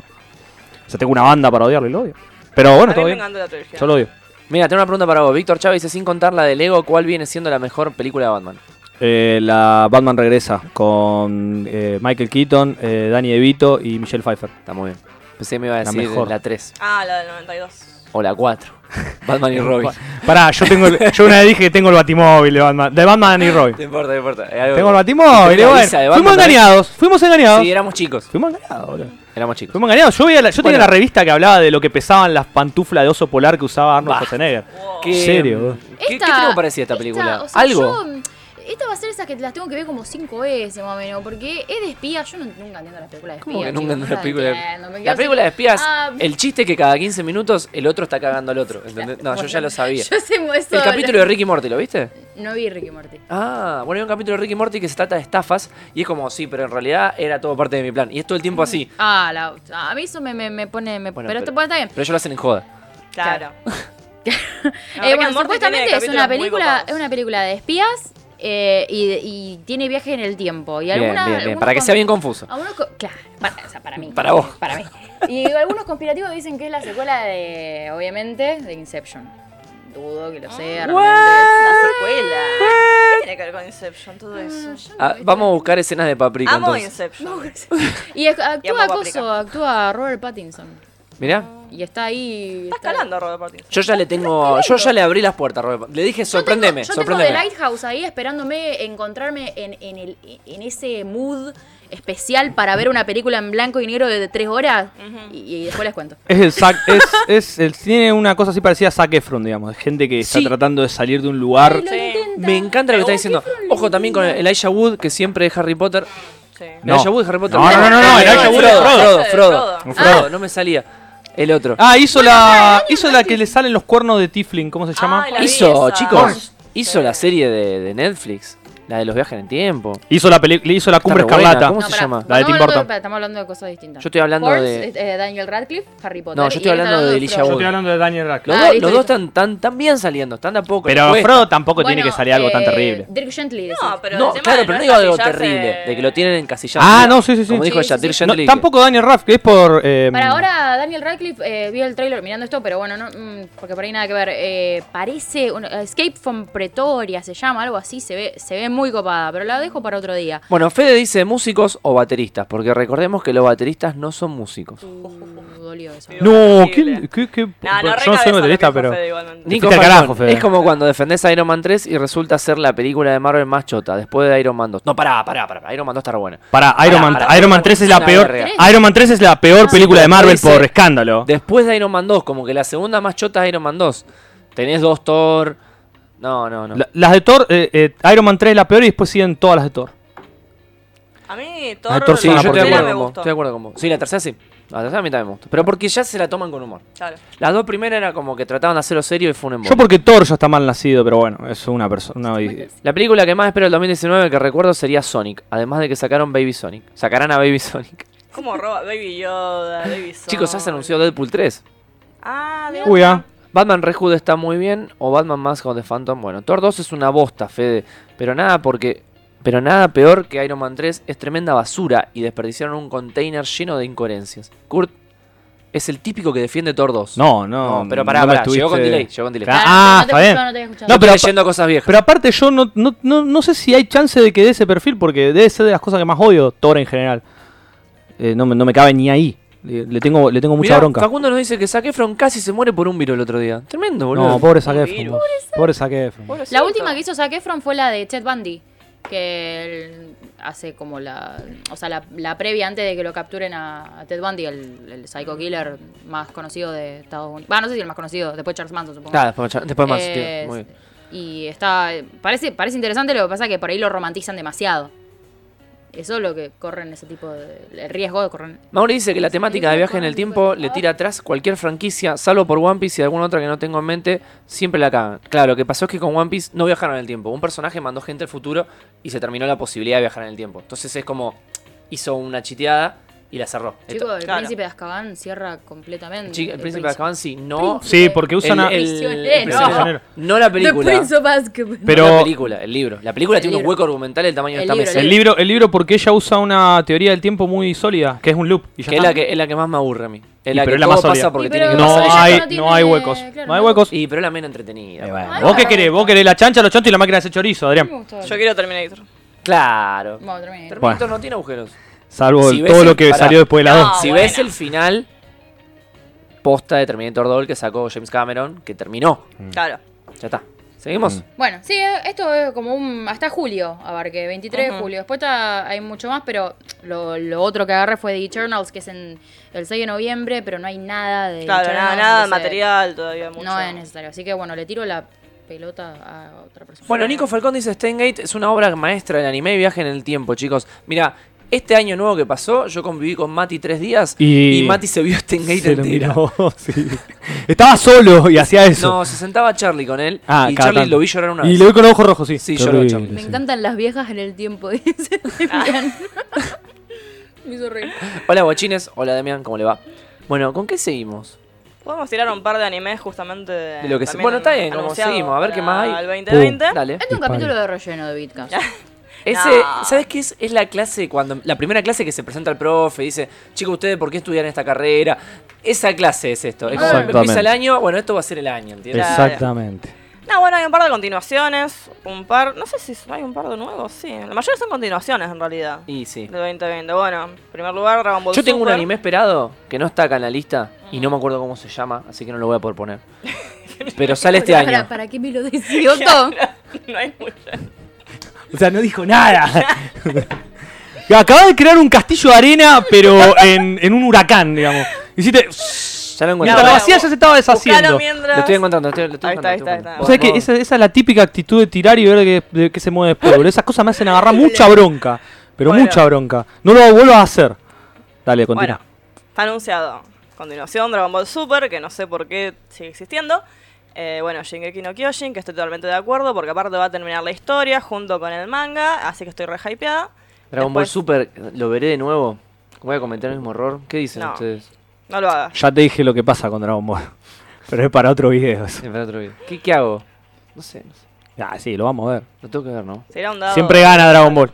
O sea, tengo una banda para odiarlo y lo odio. Pero
A
bueno,
mí
todo
me
bien.
encanta la trilogía.
Yo lo odio.
Mira, tengo una pregunta para vos. Víctor Chávez dice, sin contar la de Lego, ¿cuál viene siendo la mejor película de Batman?
Eh, la Batman regresa con eh, Michael Keaton, eh, Danny DeVito y Michelle Pfeiffer.
Está muy bien. Pensé que me iba a
La
decir
mejor.
la 3
Ah, la del 92.
o la 4. Batman y Robin.
Pará, yo tengo el- yo una vez dije que tengo el Batimóvil de Batman, de Batman Danny Roy.
No importa, no importa. es algo
Tengo el
que-
Batimóvil,
Tengo
y
la
bueno,
visa de
fuimos
Batman también.
engañados, fuimos engañados.
Sí, éramos chicos.
Fuimos engañados, boludo.
Éramos chicos.
Fuimos engañados. Yo, veía la- yo tenía
Bueno.
la revista que hablaba de lo que pesaban las pantuflas de oso polar que usaba Arnold
Bah.
Schwarzenegger.
Wow.
¿Qué-
¿En serio?
¿Qué,
Esta-
qué tengo parecida esta película?
o sea,
¿Algo?
yo, mm, esta va a ser esa que las tengo que ver como cinco veces más o menos, porque es de espía, yo no- nunca entiendo las películas de espía.
¿Cómo que nunca
chicos,
entendés la película?
entiendo, me quedo
la película de
así
espías,
como, ah,
el chiste es que cada 15 minutos el otro está cagando al otro. ¿entendés? No, yo ya lo sabía.
Yo sé mo- eso.
El capítulo de Ricky Morty, ¿lo viste?
No vi Ricky Morty.
Ah, bueno, hay un capítulo de Ricky Morty que se trata de estafas y es como, sí, pero en realidad era todo parte de mi plan. Y es todo el tiempo así.
Ah, la, ah, a mí eso me, me, me pone. me-
Bueno,
pero,
pero-
esto puede estar bien.
Pero ellos lo hacen en joda.
Claro.
Eh, bueno, supuestamente es una película, es una película de espías eh, y, y tiene viaje en el tiempo. Y
Bien,
alguna-
bien, bien.
algunos
Para que
con-
sea bien confuso.
algunos co- claro, para, o sea, para mí.
Para vos.
Para mí. Y algunos conspirativos dicen que es la secuela de, obviamente, de Inception. Dudo que lo
Ah.
sea. realmente.
La secuela. ¿Qué tiene que ver con Inception todo eso?
Ah, vamos a buscar escenas de Paprika
Amo
entonces.
Inception.
Y ac- actúa
Paprika.
Coso, actúa Robert Pattinson.
Mirá.
Y está ahí.
Está escalando Robert Pattinson.
Yo ya le tengo. Yo ya le abrí las puertas, Robert. Le dije, sorprendeme,
Yo tengo The
sorprendeme.
Lighthouse ahí esperándome encontrarme en, en, el, en ese mood especial para ver una película en blanco y negro de tres horas. y, y después les cuento.
Es el Zac- es, es el- tiene una cosa así parecida a Zac Efron, digamos. Gente que está
Sí.
tratando de salir de un lugar.
Lo
Sí.
intenta.
Me encanta lo
Oh,
que está diciendo. Ojo también con Elijah Wood, que siempre es Harry Potter.
Sí.
No.
Elijah Wood es Harry Potter.
No, no, no, no, no, Elijah Wood es
Frodo, Frodo,
Frodo.
Frodo.
Frodo.
Frodo, no me salía. El otro.
Ah, hizo la hizo la que le salen los cuernos de Tiflin, ¿cómo
Ah,
se llama?
Ay, la-
Hizo,
belleza.
chicos, hizo
Sí.
la serie de, de Netflix, la de los viajes en el tiempo.
Hizo la peli- le hizo la Cumbre
re buena,
Escarlata.
¿cómo se
pará,
llama?
La de
estamos
Tim
hablando
Burton.
estamos hablando de cosas distintas.
Yo estoy hablando
Force,
de-
es- eh, Daniel Radcliffe, Harry Potter.
No, yo
y
estoy
él está
hablando de Elijah
Frodo.
Wood.
hablando de Daniel Radcliffe.
Los,
Ah,
dos,
listo,
los dos
listo.
están tan, tan bien saliendo, están de a poco.
Pero
les cuesta.
Frodo tampoco tiene
Bueno,
que salir algo tan
eh,
terrible.
Dirk Gently. decís.
No, pero
No,
el tema
claro,
de
pero no digo algo
encasillarse-
terrible, de que lo tienen encasillado.
Ah, no, sí, sí, sí.
Como dijo
Sí,
ella,
sí, sí.
Dirk
No,
Gently, que-
tampoco Daniel Radcliffe, que es por eh,
Para ahora, Daniel Radcliffe, eh, vi el trailer mirando esto, pero bueno, no, mm, porque por ahí nada que ver. Eh, parece un- Escape from Pretoria, se llama, algo así, se ve, se ve muy copada, pero la dejo para otro día.
Bueno, Fede dice músicos o bateristas, porque recordemos que los bateristas no son músicos.
Uh, dolió eso.
No,
Horrible.
¿qué, qué, qué-
No, no,
yo no soy
recabeza lo que
baterista,
hizo
pero
Fede igualmente.
Nico
fuiste al
Falcón,
carajo, Fede.
es como cuando defendés a Iron Man 3 y resulta ser la película de Marvel más chota, después de Iron Man 2. No, pará, pará, pará, Iron Man 2 está re buena.
para Iron Man,
pará,
Iron Man 3 es Ah, la
una
peor.
verga.
Iron Man 3 es la peor película de Marvel
Ese-
por escándalo.
Después de Iron Man 2, como que la segunda más chota es Iron Man 2. Tenés dos Thor. No, no, no.
La- las de Thor, eh, eh, Iron Man 3 es la peor y después siguen todas las de Thor.
A mí
Ah,
Thor,
Thor sí,
sí,
la
una
yo estoy de
primera
porquería.
acuerdo,
me
con vos,
gustó.
estoy de acuerdo con vos. Sí, la tercera sí. La tercera a mí también me gustó. Pero porque ya se la toman con humor.
Claro.
Las dos primeras era como que trataban de hacerlo serio y fue un embole.
Yo porque Thor ya está mal nacido, pero bueno, es una persona.
La película que más espero del 2019 que recuerdo sería Sonic. Además de que sacaron Baby Sonic. Sacarán a Baby Sonic.
¿Cómo roba? Baby Yoda, Baby Sonic.
Chicos, ya se anunció Deadpool 3.
Ah, de
Uy, ah.
Batman Rejude está muy bien. O Batman Mask of the Phantom. Bueno, Thor 2 es una bosta, Fede. Pero nada porque... Pero nada peor que Iron Man 3 es tremenda basura y desperdiciaron un container lleno de incoherencias. Kurt es el típico que defiende Thor 2.
No, no.
No, pero pará,
no me
pará, llegó con
estuviste-
delay, llegó con delay.
Claro,
Ah,
Ah,
no te
está bien.
escuchaba, no te había escuchado.
No,
No,
pero-
pero leyendo cosas viejas.
Pero aparte yo no, no, no, no sé si hay chance de que dé ese perfil, porque debe ser de las cosas que más odio, Thor en general. Eh, no, me- no me cabe ni ahí. Le, le tengo, le tengo mucha
Mirá,
bronca.
Facundo nos dice que Zac Efron casi se muere por un virus el otro día. Tremendo, boludo.
No, pobre Zac Efron.
Virus.
vos. Pobre Zac Efron.
La última que hizo Zac Efron fue la de Ted Bundy, que él hace como la, o sea, la, la previa antes de que lo capturen a, a Ted Bundy, el, el psycho killer más conocido de Estados Unidos. Va, no sé si el más conocido, después Charles Manson, supongo.
Nada, después, después más. tío.
Eh,
Muy bien.
Y está, parece, parece interesante, lo que pasa es que por ahí lo romantizan demasiado. Eso es lo que corren ese tipo de el riesgo de correr.
Mauri dice que la temática de viaje en el tiempo le tira atrás cualquier franquicia, salvo por One Piece y alguna otra que no tengo en mente, siempre la cagan. Claro, lo que pasó es que con One Piece no viajaron en el tiempo. Un personaje mandó gente al futuro y se terminó la posibilidad de viajar en el tiempo. Entonces es como hizo una chiteada y la cerró.
Chicos, el
claro.
príncipe de Azkaban cierra completamente.
El chi- el príncipe de Azkaban sí, no.
Sí, porque usan a...
el- el- el
Prisionero.
prisionero. No la película.
The Prince of Azkaban.
Pero-
No la película, el libro. La película
El
tiene
libro.
un hueco argumental del tamaño de
El
esta
libro,
mesa.
el
El libro, el libro porque ella usa una teoría del tiempo muy sólida, que es un loop. Y ya
Que es,
está.
la que es la que más me aburre a mí. Es
Y
la
pero
que
es la
todo
más sólida.
pasa porque
Y
tiene que
pero-
pasar.
No
Ella
hay,
no tiene-
no hay huecos.
claro,
no hay
no hay
huecos.
Y pero es la menos entretenida.
Eh, bueno,
Ay,
vos qué
no.
querés, vos querés la chancha, los chontos y la máquina de hacer chorizo,
No me
Adrián.
gustó.
Yo quiero Terminator.
Claro.
Bueno, terminé.
Terminator
Bueno. Ah,
no tiene agujeros.
Salvo
Si
el-
ves
todo
el-
lo que
pará.
salió después de la
No.
2.
si
bueno.
ves el final posta de Terminator 2 que sacó James Cameron, que terminó.
Mm.
Claro.
Ya está. ¿Seguimos?
Bueno, sí, eh, esto es como un. hasta julio, abarque, 23 de
Ajá.
julio. Después está- hay mucho más, pero lo, lo otro que agarré fue The Eternals, que es en el 6 de noviembre, pero no hay nada de.
Claro, nada,
Eternals,
nada,
entonces
material todavía mucho.
No es necesario. Así que bueno, le tiro la pelota a otra persona.
Bueno, Nico Falcón dice Steingate es una obra maestra del anime y viaje en el tiempo, chicos. Mira, este año nuevo que pasó, yo conviví con Mati tres días y,
Y-
Mati se vio Steingate
Se lo
entera.
miró, sí. Estaba solo y hacía eso.
No, se sentaba Charlie con él
Ah,
y
cada
Charlie
tanto.
lo vi llorar una
Y
vez.
le doy con los ojos rojos, sí.
Sí,
Qué
lloró
horrible,
Charlie.
Me
sí.
encantan las viejas en el tiempo, dice Demian. Me hizo reír. Este
Hola, guachines. Hola, Damián, ¿cómo le va? Bueno, ¿con qué seguimos?
Podemos tirar un par de animes justamente de
lo que se- bueno, está bien, como seguimos, a ver qué más hay.
El 2020.
Dale.
Este es un
Dispare.
capítulo de relleno de Bitcast.
Ese,
No.
¿Sabes qué es? Es la clase cuando. La primera clase que se presenta al profe y dice, chicos, ¿ustedes por qué estudian esta carrera? Esa clase es esto. Es como
Exactamente.
empieza el año, bueno, esto va a ser el año, ¿entiendes?
Exacto.
Exactamente.
No, bueno, hay un par de continuaciones, un par, no sé si hay un par de nuevos, sí. La mayoría son continuaciones en realidad.
Y sí.
Del 2020. Bueno, en primer lugar, Dragon Ball
Yo tengo un
Super.
anime esperado que no está acá en la lista y no me acuerdo cómo se llama, así que no lo voy a poder poner. Pero sale este
Para-
año.
¿Para qué me lo decidió todo?
no hay mucho.
O sea, no dijo nada. Acabas de crear un castillo de arena, pero en, en un huracán, digamos. Hiciste.
Ya lo encontré.
Mientras
No,
la
bueno,
vacía ya se
Buscalo
estaba deshaciendo.
Lo
mientras.
estoy encontrando, estoy- lo estoy
Ahí está,
encontrando,
ahí
estoy
está,
encontrando.
ahí
O sea que esa, esa es la típica actitud de tirar y ver qué- de qué se mueve después, boludo. Esas cosas me hacen agarrar mucha bronca. Pero
Bueno.
mucha bronca. No lo vuelvas a hacer. Dale, continúa.
Bueno, está anunciado. Continuación, Dragon Ball Super, que no sé por qué sigue existiendo. Eh, bueno, Shingeki no Kyojin, que estoy totalmente de acuerdo, porque aparte va a terminar la historia junto con el manga, así que estoy re hypeada.
Dragon Ball
Después-
Super, lo veré de nuevo. Voy a cometer el mismo error. ¿Qué dicen
No.
ustedes?
No lo hagas.
Ya te dije lo que pasa con Dragon Ball. Pero es para otro video. eso.
Sí, para otro video. ¿Qué, qué hago? No sé, no sé.
Ah, sí, lo vamos a ver.
Lo tengo que ver, ¿no?
Será un dado.
Siempre gana Dragon Ball.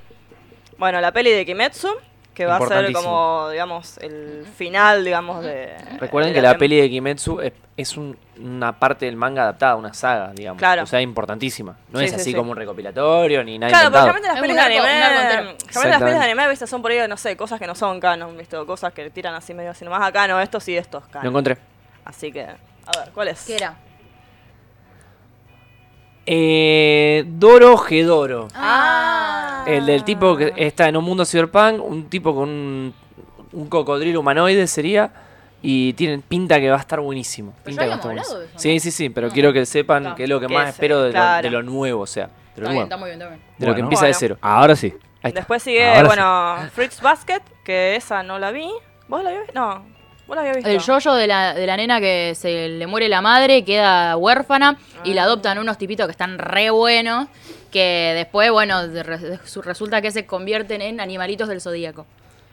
Bueno, la peli de Kimetsu, que va a ser
Importantísimo.
como, digamos, el final, digamos, de.
Recuerden
Eh,
de
que la
tem-
peli de Kimetsu es, es un- una parte del manga adaptada, una saga, digamos.
Claro.
O sea, importantísima. No
Sí,
es
sí,
así
sí.
como un recopilatorio ni nada
Claro,
inventado.
porque realmente las
Es
pelis
un
de
arco- un arco
anime.
entero.
Realmente las pelis de
Exactamente.
anime a veces son por ahí, no sé, cosas que no son canon, ¿viste? O cosas que tiran así medio así nomás acá, no, estos sí, estos
Lo
canon.
encontré.
Así que, a ver, ¿cuál es?
¿Qué era?
Eh, Doro Gedoro.
Ah.
El del tipo que está en un mundo cyberpunk, un tipo con un, un cocodrilo humanoide sería. Y tiene pinta que va a estar buenísimo.
Pero
pinta
ya
que va a estar
habíamos
buenísimo.
hablado de eso,
Sí,
¿no?
sí, sí, pero
Ah.
quiero que sepan
Claro.
que es lo que
Que
más
se-
espero de, lo-
claro.
de lo, nuevo, o sea, de lo,
Está bien,
nuevo,
está muy bien, está bien.
de lo que
Bueno.
empieza de
Bueno.
cero.
Ahora sí.
Ahí está.
Después sigue,
Ahora sí.
bueno, Fruits Basket, que esa no la vi. ¿Vos la viste? No. ¿Vos la habías visto?
El yoyo de la, de la nena que se le muere la madre, queda huérfana y la adoptan unos tipitos que están re buenos, que después, bueno, de- re- su- resulta que se convierten en animalitos del zodíaco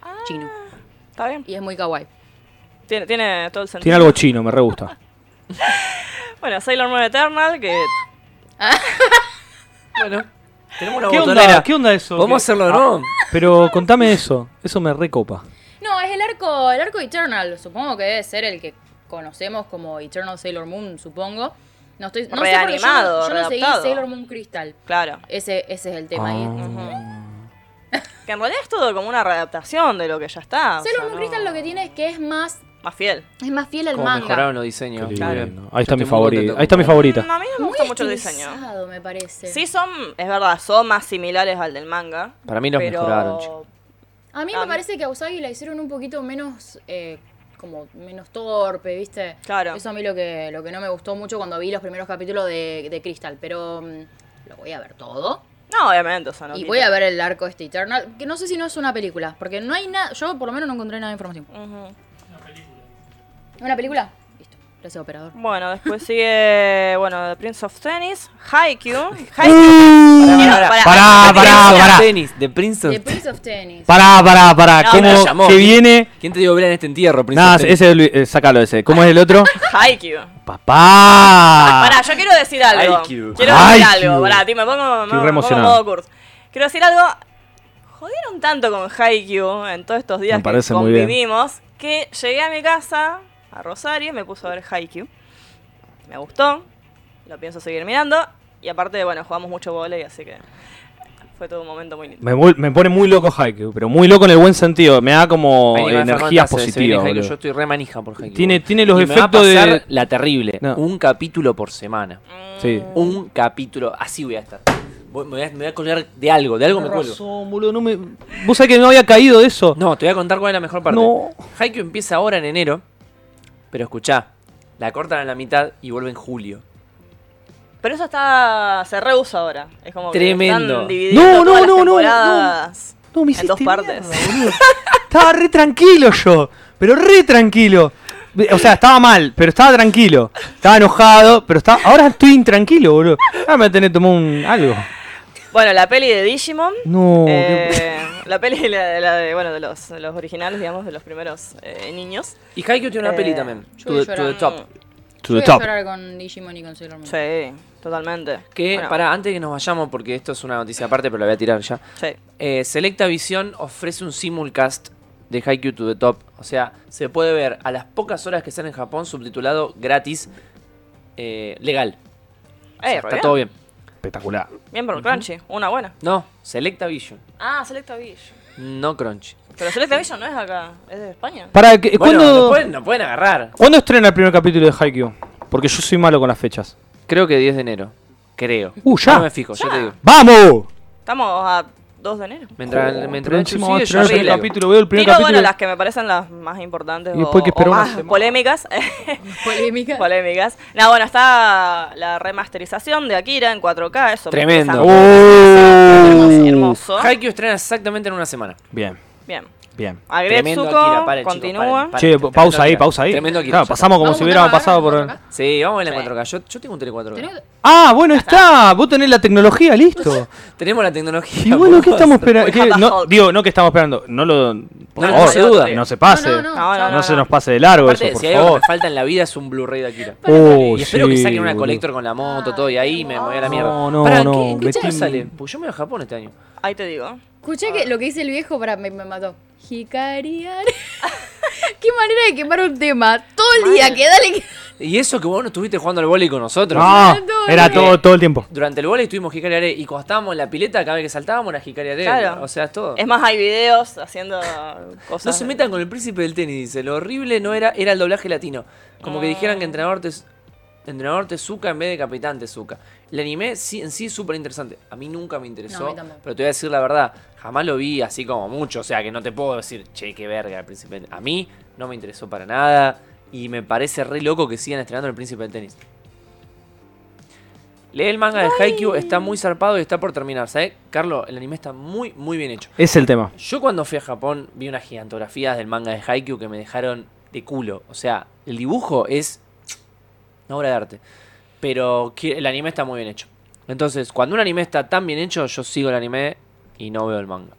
Ah,
chino.
Está bien.
Y es muy kawaii.
Tiene, tiene todo el sentido.
Tiene algo chino, me re gusta.
Bueno, Sailor Moon Eternal, que
Bueno, tenemos una
¿Qué onda?
botonera. Ah.
¿Qué onda eso?
Vamos a
¿Qué?
hacerlo, ¿no?
Pero contame eso, eso me recopa.
No, es el arco, el arco Eternal, supongo que debe ser el que conocemos como Eternal Sailor Moon, supongo. No estoy no sé porque yo no-
Reanimado,
yo, no seguí
readaptado.
Sailor Moon Crystal.
claro. Mm.
Ese, ese es el tema. y-
Mm.
Que en realidad es todo como una readaptación de lo que ya está. o
Sailor
sea,
Moon
no-
Crystal lo que tiene es que es más,
Más fiel.
es más fiel al
Cómo
manga.
mejoraron los
Qué
diseños.
lindo.
Claro. Yo
Ahí está mi
estoy muy
favorita.
contento
Ahí está mi favorita.
Mm, A mí no me
Muy
gusta mucho el diseño.
estilizado, me parece.
Sí, son, es verdad, son más similares al del manga.
Para mí los
pero-
mejoraron, chicos.
A mí
A
me
mí-
parece que a Usagi la hicieron un poquito menos, eh, como menos torpe, ¿viste?
Claro.
Eso a mí lo que, lo que no me gustó mucho cuando vi los primeros capítulos de, de Crystal, pero mm, lo voy a ver todo.
No, obviamente, o sea, no
y
quita.
voy a ver el arco este Eternal, que no sé si no es una película, porque no hay nada, yo por lo menos no encontré nada de información.
Ujú.
¿Una película? Listo, gracias operador.
Bueno, después sigue, bueno, The Prince of Tennis, Haikyuu. Haikyuu.
Pará, Ah, pará,
Pará, pará, pará.
Tenis, de Princeton.
The Prince of Tennis.
Pará, pará, pará.
No,
¿Cómo
me
la llamó.
que viene?
¿Quién te dio ver en este entierro, Princeton?
Nada, ese, es Lu- eh, sacalo ese. ¿Cómo es el otro?
Haikyuu.
Papá.
Pará, yo quiero decir algo.
Haikyuu.
Quiero decir
Ah. Haikyuu.
algo. Pará, tío, me pongo, me,
Estoy re
me pongo
emocionado.
modo Kurt. Quiero decir algo. Jodieron tanto con Haikyuu en todos estos días
Me
que
parece muy bien.
convivimos que llegué a mi casa, a Rosario, me puse a ver Haikyuu. Me gustó. Lo pienso seguir mirando. Y aparte, bueno, jugamos mucho volei, así que fue todo un momento muy lindo.
Me, vuel- me pone muy loco Haikyuu, pero muy loco en el buen sentido. Me da como
Vení, Fernández,
energías
se- se viene
positivas.
Haikyuu.
boludo.
Yo estoy re manija por Haikyuu.
Tiene- tiene los
Y me va a
efectos de-
pasar la terrible.
No.
Un capítulo por semana.
Mm.
Sí.
Un capítulo. Así voy a estar. Voy- Me voy a, me voy a colgar de algo, de algo me cuelgo.
Razón, boludo, no me- Vos sabés que no había caído de eso.
No, te voy a contar cuál es la mejor parte.
No.
Haikyuu empieza ahora en enero, pero escuchá, la cortan a la mitad y vuelve en julio.
Pero eso está. se reusa ahora. Es como que
Tremendo.
están dividiendo
No, no,
todas las
no, no, no.
temporadas
No, me
en dos
hiciste
partes.
Estaba re tranquilo yo, pero re tranquilo. O sea, estaba mal, pero estaba tranquilo. Estaba enojado, pero estaba... ahora estoy intranquilo, boludo. Ahora me voy a tener que tomar un... algo.
Bueno, la peli de Digimon.
No,
Eh,
qué-
la peli de, la, la de, bueno, de, los, de los originales, digamos, de los primeros eh, niños.
Y Haikyuu tiene una
Eh,
peli también,
yo
to
voy
the, To the Top.
llorando.
To
Yo
the
voy a
top.
llorar con Digimon y con Sailor Moon.
Sí, totalmente.
Que,
Bueno,
pará, antes que nos vayamos, porque esto es una noticia aparte, pero la voy a tirar ya.
Sí.
Eh, Selecta Visión ofrece un simulcast de Haikyuu to the Top. O sea, se puede ver a las pocas horas que están en Japón subtitulado gratis, eh, legal. O sea,
Eh,
está
re bien.
todo bien.
Espectacular.
Bien por Crunchy, una buena.
No, Selecta Vision,
Ah, Selecta Vision.
no Crunch.
Pero Selecta Vision no es acá, es de España.
Para que,
Bueno,
¿cuándo,
nos pueden, nos pueden agarrar.
¿Cuándo estrena el primer capítulo de Haikyuu? Porque yo soy malo con las fechas.
Creo que 10 de enero. Creo.
Uh, ya.
No me fijo, ya,
Ya.
te digo.
¡Vamos!
Estamos a 2 de enero.
Mientras,
Oh, pero
mientras Nacho
encima va a
sigue, yo
estrenar el primer
arreglo.
capítulo, veo el primer
Tiro,
capítulo.
bueno, las que me parecen las más importantes
Y después
o,
que
o
esperar una
más
semana.
polémicas.
Polémica.
polémicas. No, bueno, está la remasterización de Akira en 4K, eso. me
Tremendo. Uh.
interesa.
¡Oh!
Hermoso.
Haikyuu estrena exactamente en una semana.
Bien,
Bien.
bien.
Tremendo
Agretsuko,
paren, chicos,
continúa.
paren, paren,
Che,
tremendo
pausa ahí,
Akira.
pausa ahí.
Tremendo Akira.
Claro, pasamos como
Vamos
si
a
hubiéramos
grabar,
pasado por...
vamos a
Sí, vamos a ver la
Sí.
4K. Yo, yo tengo un tele 4K.
Ah, bueno, está. Vos tenés la tecnología, listo.
Tenemos la tecnología.
Y bueno, ¿qué
boludo.
estamos esperando?
Voy a dejar
No,
bajo.
digo, no que estamos esperando. No lo. Por
No,
favor,
no se duda.
que no se pase.
No,
No,
no, no.
No, no, no.
se nos pase de largo
Aparte,
eso,
si
por
hay algo que
favor.
me falta en la vida es un Blu-ray de Akira.
Oh,
y espero que
sí,
saquen una
boludo.
Collector con la moto, todo, y ahí me me voy a la mierda.
No, no,
Pará,
no,
¿qué, en qué
metí-
año sale? Pues yo me voy a Japón este año.
Ahí te digo.
Escuché que lo que dice el viejo para me, me mató. Hikari Are- Qué manera de quemar un tema. Todo el día, que dale. que-
Y eso que vos no estuviste jugando al vóley con nosotros.
No,
No,
Ah, era
no.
todo, todo el tiempo.
Durante el vóley estuvimos Hikari Are y cuando estábamos en la pileta, cada vez que saltábamos era Hikari Are.
Claro.
O sea, es todo.
Es más, hay videos haciendo cosas.
No se metan con el príncipe del tenis, dice. Lo horrible no era, era el doblaje latino. Como que dijeran
Ah.
que entrenador te entrenador Tezuka en vez de capitán Tezuka. El anime sí, en sí es súper interesante. A mí nunca me
No, a
interesó.
mí tampoco.
pero te voy a decir la verdad. Jamás lo vi así como mucho. O sea que no te puedo decir, che, qué verga el príncipe del tenis. A mí no me interesó para nada. Y me parece re loco que sigan estrenando el príncipe del tenis. Lee el manga de Haikyuu, está muy zarpado y está por terminar. ¿Sabes? Carlos, el anime está muy, muy bien hecho.
Es el tema.
Yo cuando fui a Japón vi unas gigantografías del manga de Haikyuu que me dejaron de culo. O sea, el dibujo es una obra de arte. Pero que- el anime está muy bien hecho. Entonces, cuando un anime está tan bien hecho, yo sigo el anime y no veo el manga.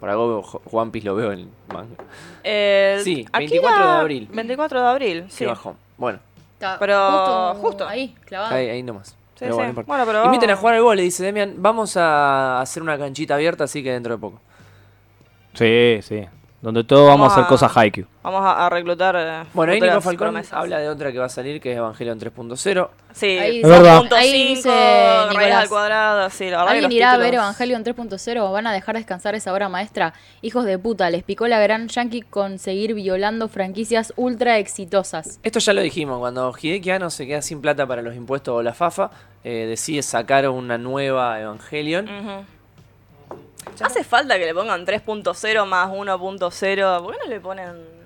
Por algo veo Jo- One Piece lo veo en manga.
Eh,
Sí,
Akira,
24 de abril.
24 de abril, sí.
Qué bajón. Bueno,
Está
Pero
justo,
justo.
ahí, clavado.
ahí, ahí nomás.
Sí,
Pero Ah.
sí.
bueno, no importa.
Bueno, pero
Inviten a
vamos.
jugar al gol, le dice Demian. Vamos a hacer una canchita abierta, así que dentro de poco.
Sí, sí. Donde todos vamos a hacer
Ah.
cosas haiku.
Vamos a, a reclutar. eh,
Bueno, ahí
futuras
Nico Falcón
promesas.
habla de otra que va a salir, que es Evangelion 3.0.
Sí,
Ahí
Es verdad.
punto
Ahí
cinco,
dice
raíz
Nicolás.
al cuadrado, sí, la verdad que
¿Alguien
los
irá a
títulos-
ver Evangelion 3.0? ¿Van a dejar descansar esa obra maestra? Hijos de puta, les picó la gran yankee con seguir violando franquicias ultra exitosas.
Esto ya lo dijimos, cuando Hideki Anno se queda sin plata para los impuestos o la FAFA, eh, decide sacar una nueva Evangelion.
Mm.
Ujú. Hace falta que le pongan 3.0 más 1.0. ¿Por qué no le ponen.?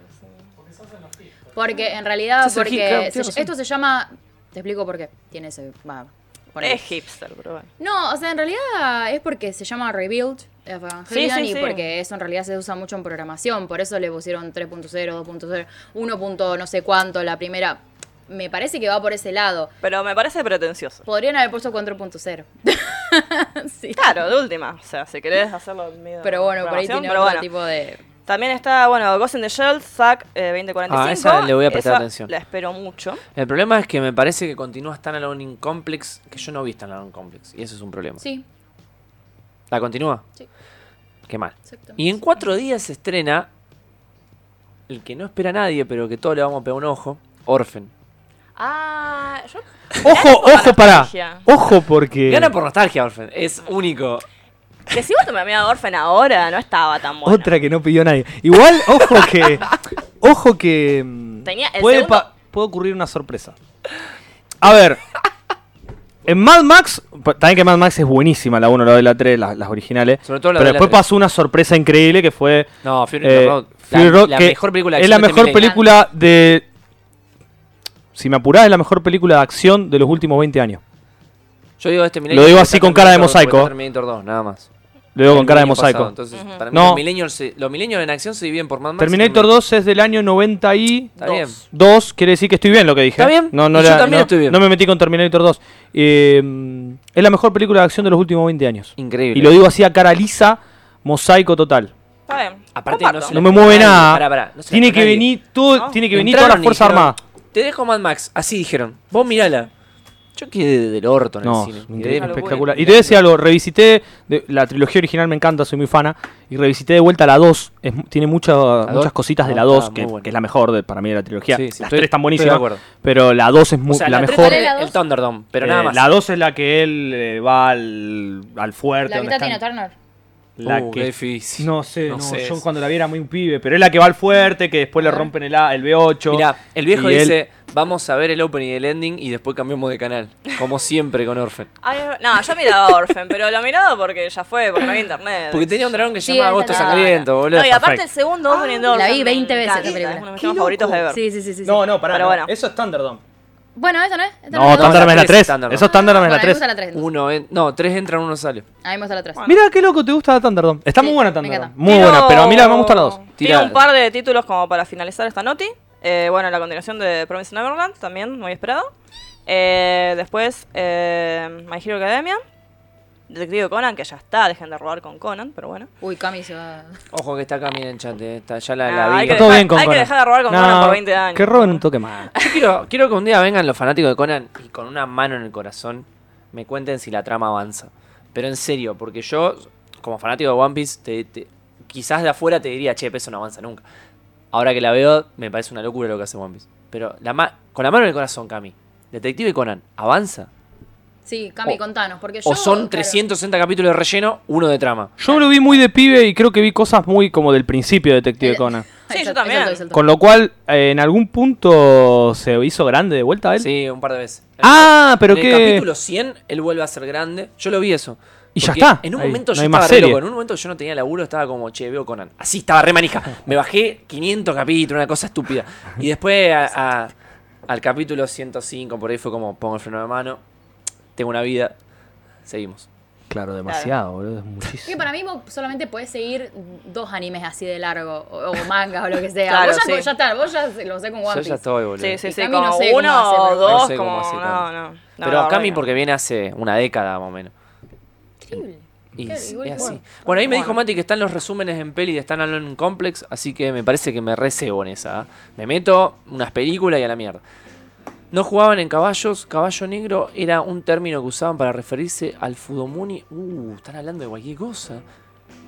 Porque en realidad,
Sí, Sergi, claro,
porque
tienes
se-
razón.
esto se llama. Te explico por qué. Tiene ese. va, por ahí.
Es hipster, pero bueno.
No, o sea, en realidad es porque se llama Rebuild Evangelion
Sí, sí,
y
sí.
porque eso en realidad se usa mucho en programación. Por eso le pusieron 3.0, 2.0, 1. no sé cuánto, la primera. Me parece que va por ese lado.
Pero me parece pretencioso.
Podrían haber puesto 4.0. sí.
Claro, de última. O sea, si querés hacerlo en medio de
Pero bueno, por ahí
programación,
tiene
pero
otro
bueno.
tipo de.
También está, bueno, Ghost in the Shell, Zack eh, 2045.
Ah, esa le voy a prestar
Esa
atención.
La espero mucho.
El problema es que me parece que continúa Stan Alone Complex, que yo no vi Stan Alone Complex, y eso es un problema.
Sí,
¿La continúa?
Sí.
Qué mal.
exacto.
Y en cuatro días se estrena el que no espera a nadie, pero que todos le vamos a pegar un ojo, Orphan.
Ah, yo.
Ojo, ojo, pará.
nostalgia.
Ojo porque.
Gana por nostalgia, Orphan. Es único.
Decimos tu amiga Orphan ahora, no estaba tan buena.
Otra que no pidió nadie. Igual, ojo que. ojo que. mm,
Tenía el
puede,
segundo-
pa- puede ocurrir una sorpresa. A ver. En Mad Max, pa- también que Mad Max es buenísima, la 1, la 2 y la 3, las, las originales.
Sobre todo la
pero
de la
después
3.
pasó una sorpresa increíble que fue.
No, Fury
eh,
Road.
Fury
la,
Road,
la
que
mejor película de
Es la
acción de
mejor
este milenio.
película de. Si me apurás, es la mejor película de acción de los últimos 20 años.
Yo digo este milenio
Lo digo
porque
así
está
con cara de
Terminator- porque está
mosaico.
Terminator 2, nada más.
Lo digo con
El
cara de
milenio
mosaico.
pasado, Entonces, para mí
No.
los milenios, se- los milenios en acción se dividen por Mad Max. y
Terminator 2 es del año 90 y.
Está bien.
Dos, quiere decir que estoy bien lo que dije.
Está bien,
No, no
y yo
la-
también
no-
estoy bien.
No me metí con Terminator 2. Eh, es la mejor película de acción de los últimos 20 años.
Increíble.
Y lo digo así a cara lisa, mosaico total.
Está bien.
Aparte,
comparto.
no se
No
la
me
pegó
mueve
nadie.
nada.
Pará, pará, no se la
tiene,
pegó
que
nadie.
venir todo,
No.
tiene que venir
Entraron
toda la
y
Fuerza
dijeron,
Armada.
Te dejo Mad Max. Así dijeron. Vos mirala. Yo quedé del orto en
No,
el cine.
increíble,
Quedé
una locura.
espectacular. Y te voy a decir algo, revisité de- la trilogía original, me encanta, soy muy fana. Y revisité de vuelta la 2. es mu- tiene mucha-
dos?
muchas cositas de
Ah,
la 2,
está
que,
muy buena.
que es la mejor de- para mí de la trilogogía.
Sí, sí,
Las
estoy-
tres están
estoy de
buenísimas.
acuerdo.
pero la 2 es mu-
O sea,
la,
tres
mejor.
sale
¿Cuál es la
el
dos?
Thunderdome, pero
Eh,
nada más.
La 2 es la que él eh, va al, al fuerte.
La
donde
mitad tiene
están-
Turner.
la
Uh,
que-
qué difícil.
No sé, no,
sé
yo
eso.
cuando la vi era muy un pibe, pero es la que va al fuerte, que después le rompen el, A- el B8.
Mirá, el viejo
y él-
dice, vamos a ver el opening y el ending y después cambiamos de canal. Como siempre con Orphan.
Ay, no, yo miraba Orphan, pero lo miraba porque ya fue, porque no había internet.
Porque tenía un dragón que se
Sí,
llama
esa
Agosto
no,
Sangriento,
No,
boludo.
y aparte
perfecto.
el segundo opening de
la
Orphan
vi
me
20 veces
encanta,
esa película.
Es uno de mis
Qué
temas favoritos de ver.
Sí, sí, sí, sí. sí.
No, no, pará,
Pero
no,
bueno.
eso es Thunderdome.
Bueno, esa no es. Esa
No,
es la dos.
Thunderdome es la
tres,
3.
Thunderdome.
Eso es Thunderdome es
Bueno,
la
a mí me gusta
3.
la 3.
Uno en- no, tres entran, uno sale.
A mí me gusta la 3.
Mirá qué loco, te gusta Thunderdome. Está
Ah, Sí,
muy buena
me
Thunderdome.
encanta.
Muy buena, pero a mí la me gusta la 2.
Tira-
Tiene un par de títulos como para finalizar esta noti. Eh, bueno, la continuación de Promise Neverland, también muy esperado. Eh, después, eh, My Hero Academia. Detective Conan, que ya está, dejen de robar con Conan, pero bueno.
Uy, Cami se va.
Ojo que está acá, miren, chat, eh, está- ya la,
Ah,
la vi.
hay que
Está todo
dejar-
bien con
hay que
Conan.
dejar de robar con
No,
Conan por 20 años.
Que roben un toque más.
Yo quiero, quiero que un día vengan los fanáticos de Conan y con una mano en el corazón me cuenten si la trama avanza. Pero en serio, porque yo, como fanático de One Piece, te- te- quizás de afuera te diría, che, pero eso no avanza nunca. Ahora que la veo, me parece una locura lo que hace One Piece. Pero la ma- con la mano en el corazón, Cami, Detective Conan, ¿avanza?
Sí, Cami,
O-
contanos. Porque yo,
¿O son
claro,
360 capítulos de relleno, uno de trama?
Yo lo vi muy de pibe y creo que vi cosas muy como del principio de
Eh,
Detective Conan.
Sí,
Ahí
yo
saltó, ahí saltó, ahí
también.
saltó.
Con lo cual, eh, en algún punto se hizo grande de vuelta él.
Sí, un par de veces.
Ah, pero
en
que.
el capítulo 100, él vuelve a ser grande. Yo lo vi eso.
Y ya
Porque
está.
En un
Ahí,
momento
no
yo
hay
estaba
más
re
serie.
loco, En un momento yo no tenía laburo, estaba como, che, veo Conan. Así estaba re manija. Me bajé 500 capítulos, una cosa estúpida. Y después a- a- al capítulo 105, por ahí fue como, pongo el freno de mano, tengo una vida, seguimos.
Claro, demasiado, boludo. Es muchísimo.
Que para mí vos solamente podés seguir dos animes así de largo, o, o mangas o lo que sea.
Claro,
vos ya,
sí.
ya está, vos ya lo sé con One
Yo
Piece.
ya estoy, boludo.
Sí, sí, sí,
Cami
como
no sé cómo
uno
hace,
o
pero-
dos,
No sé cómo
como,
hace
no,
Cami.
no, no.
Pero
no,
Cami
bueno.
porque viene hace una década más o menos.
Increíble.
Y
Claro,
es,
igual
es
que-
así.
bueno.
Bueno, ahí me dijo
Bueno.
Mati que están los resúmenes en peli de Stan Alone Complex, así que me parece que me recebo en esa. ¿ah? Me meto unas películas y a la mierda. No jugaban en caballos, caballo negro era un término que usaban para referirse al Fudomuni. Uh, están hablando de cualquier cosa.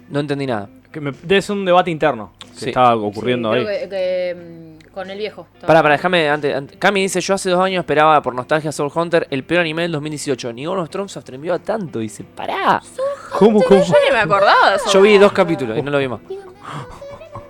No entendí nada.
Que me- es un debate interno que
Sí.
estaba ocurriendo
Sí,
ahí.
creo que- que, mm, con el viejo.
Pará, pará, déjame antes, antes- Cami dice, yo hace dos años esperaba por nostalgia Soul Hunter el peor anime del 2018. Ni Gonos Trump se atrevió a tanto. Dice, pará.
¿Cómo, cómo?
Yo ni me acordaba de eso.
uh, Yo vi dos capítulos y no lo vi más.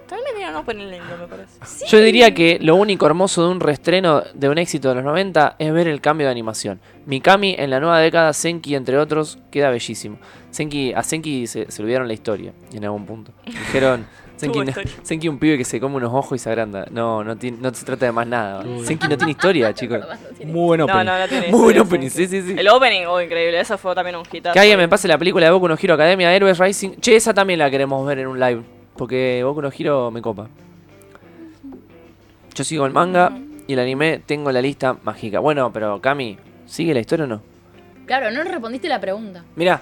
También le dieron opening lindo, me parece.
Yo diría que lo único hermoso de un reestreno de un éxito de los 90 es ver el cambio de animación. Mikami en la nueva década, Senki entre otros, queda bellísimo. Senki, a Senki se, se olvidaron la historia en algún punto. Dijeron, Senki,
Tuvo
no-
historia.
Senki un pibe que se come unos ojos y se agranda. No, no, tiene- no se trata de más nada. Senki no tiene historia, chicos.
Muy bueno.
No, no, no tiene.
Muy buen
historia,
opening, sí, sí, sí.
El opening, oh, increíble. Eso fue también un hitazo.
Que alguien me pase la película de Boku no Hero Academia, Héroes Rising. Che, esa también la queremos ver en un live. Porque Boku no Hero me copa. Yo sigo el manga y el anime tengo la lista mágica. Bueno, pero Cami, ¿sigue la historia o no?
Claro, no respondiste la pregunta.
Mirá,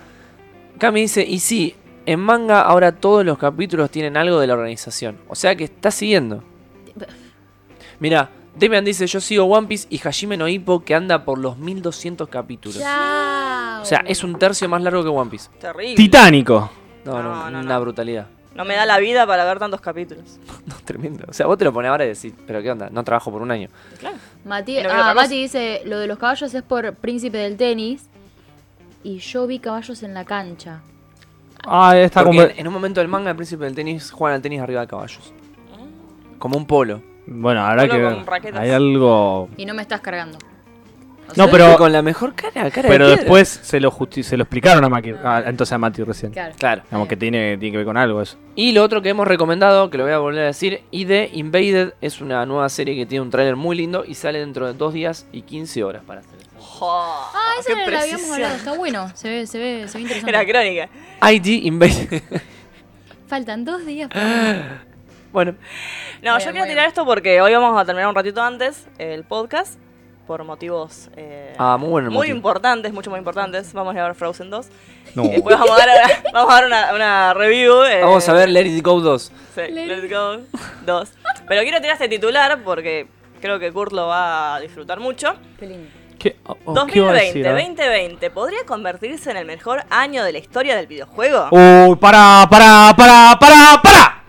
Cami dice, y sí, en manga ahora todos los capítulos tienen algo de la organización. O sea que está siguiendo. Mirá, Demian dice, yo sigo One Piece y Hajime no Ippo que anda por los 1200 capítulos.
Chao.
O sea, es un tercio más largo que One Piece.
Terrible.
Titánico.
No, no,
No, no,
una
no.
brutalidad.
No me da la vida para ver tantos capítulos.
No, tremendo. O sea, vos te lo pones ahora y decís, pero ¿qué onda? No trabajo por un año.
Claro.
Mati,
No veo
ah,
otra cosa.
Mati dice, lo de los caballos es por príncipe del tenis. Y yo vi caballos en la cancha.
Ah, esta
Porque
conver-
en, en un momento del manga, el príncipe del tenis juegan al tenis arriba de caballos. Como un polo.
Bueno, habrá
Solo
que
con
ver.
raquetas.
Hay algo.
Y no me estás cargando. O
No,
sea,
pero-
Pero con la mejor cara, cara de
Pero
piedra.
después se lo justi- se lo explicaron a Maki. ah, entonces a Mati recién.
Claro.
Claro.
Digamos que tiene, tiene que ver con algo eso.
Y lo otro que hemos recomendado, que lo voy a volver a decir, ID Invaded es una nueva serie que tiene un tráiler muy lindo y sale dentro de dos días y 15 horas para hacer.
Ah, esa
Qué
la, la habíamos
precisión.
hablado. Está bueno. Se ve, se ve, se ve interesante.
Era crónica.
ID Invaded.
Faltan dos días. para-
bueno,
No,
Muy
yo
bien,
quiero
muy
tirar esto porque hoy vamos a terminar un ratito antes el podcast por motivos eh,
ah, muy bueno. el
muy
motivo.
importantes, mucho muy importantes. Vamos a ir a ver Frozen 2.
No.
Y después vamos a dar, vamos a dar una, una review. eh,
Ah, Vamos a ver Let It Go 2.
Sí, Let's Go 2. Pero quiero tirar este titular porque creo que Kurt lo va a disfrutar mucho.
Qué lindo.
¿Qué, oh, oh, ¿qué iba a
2020,
decir, a ver?
2020, ¿podría convertirse en el mejor año de la historia del videojuego?
Uy, para, para, para, para, para.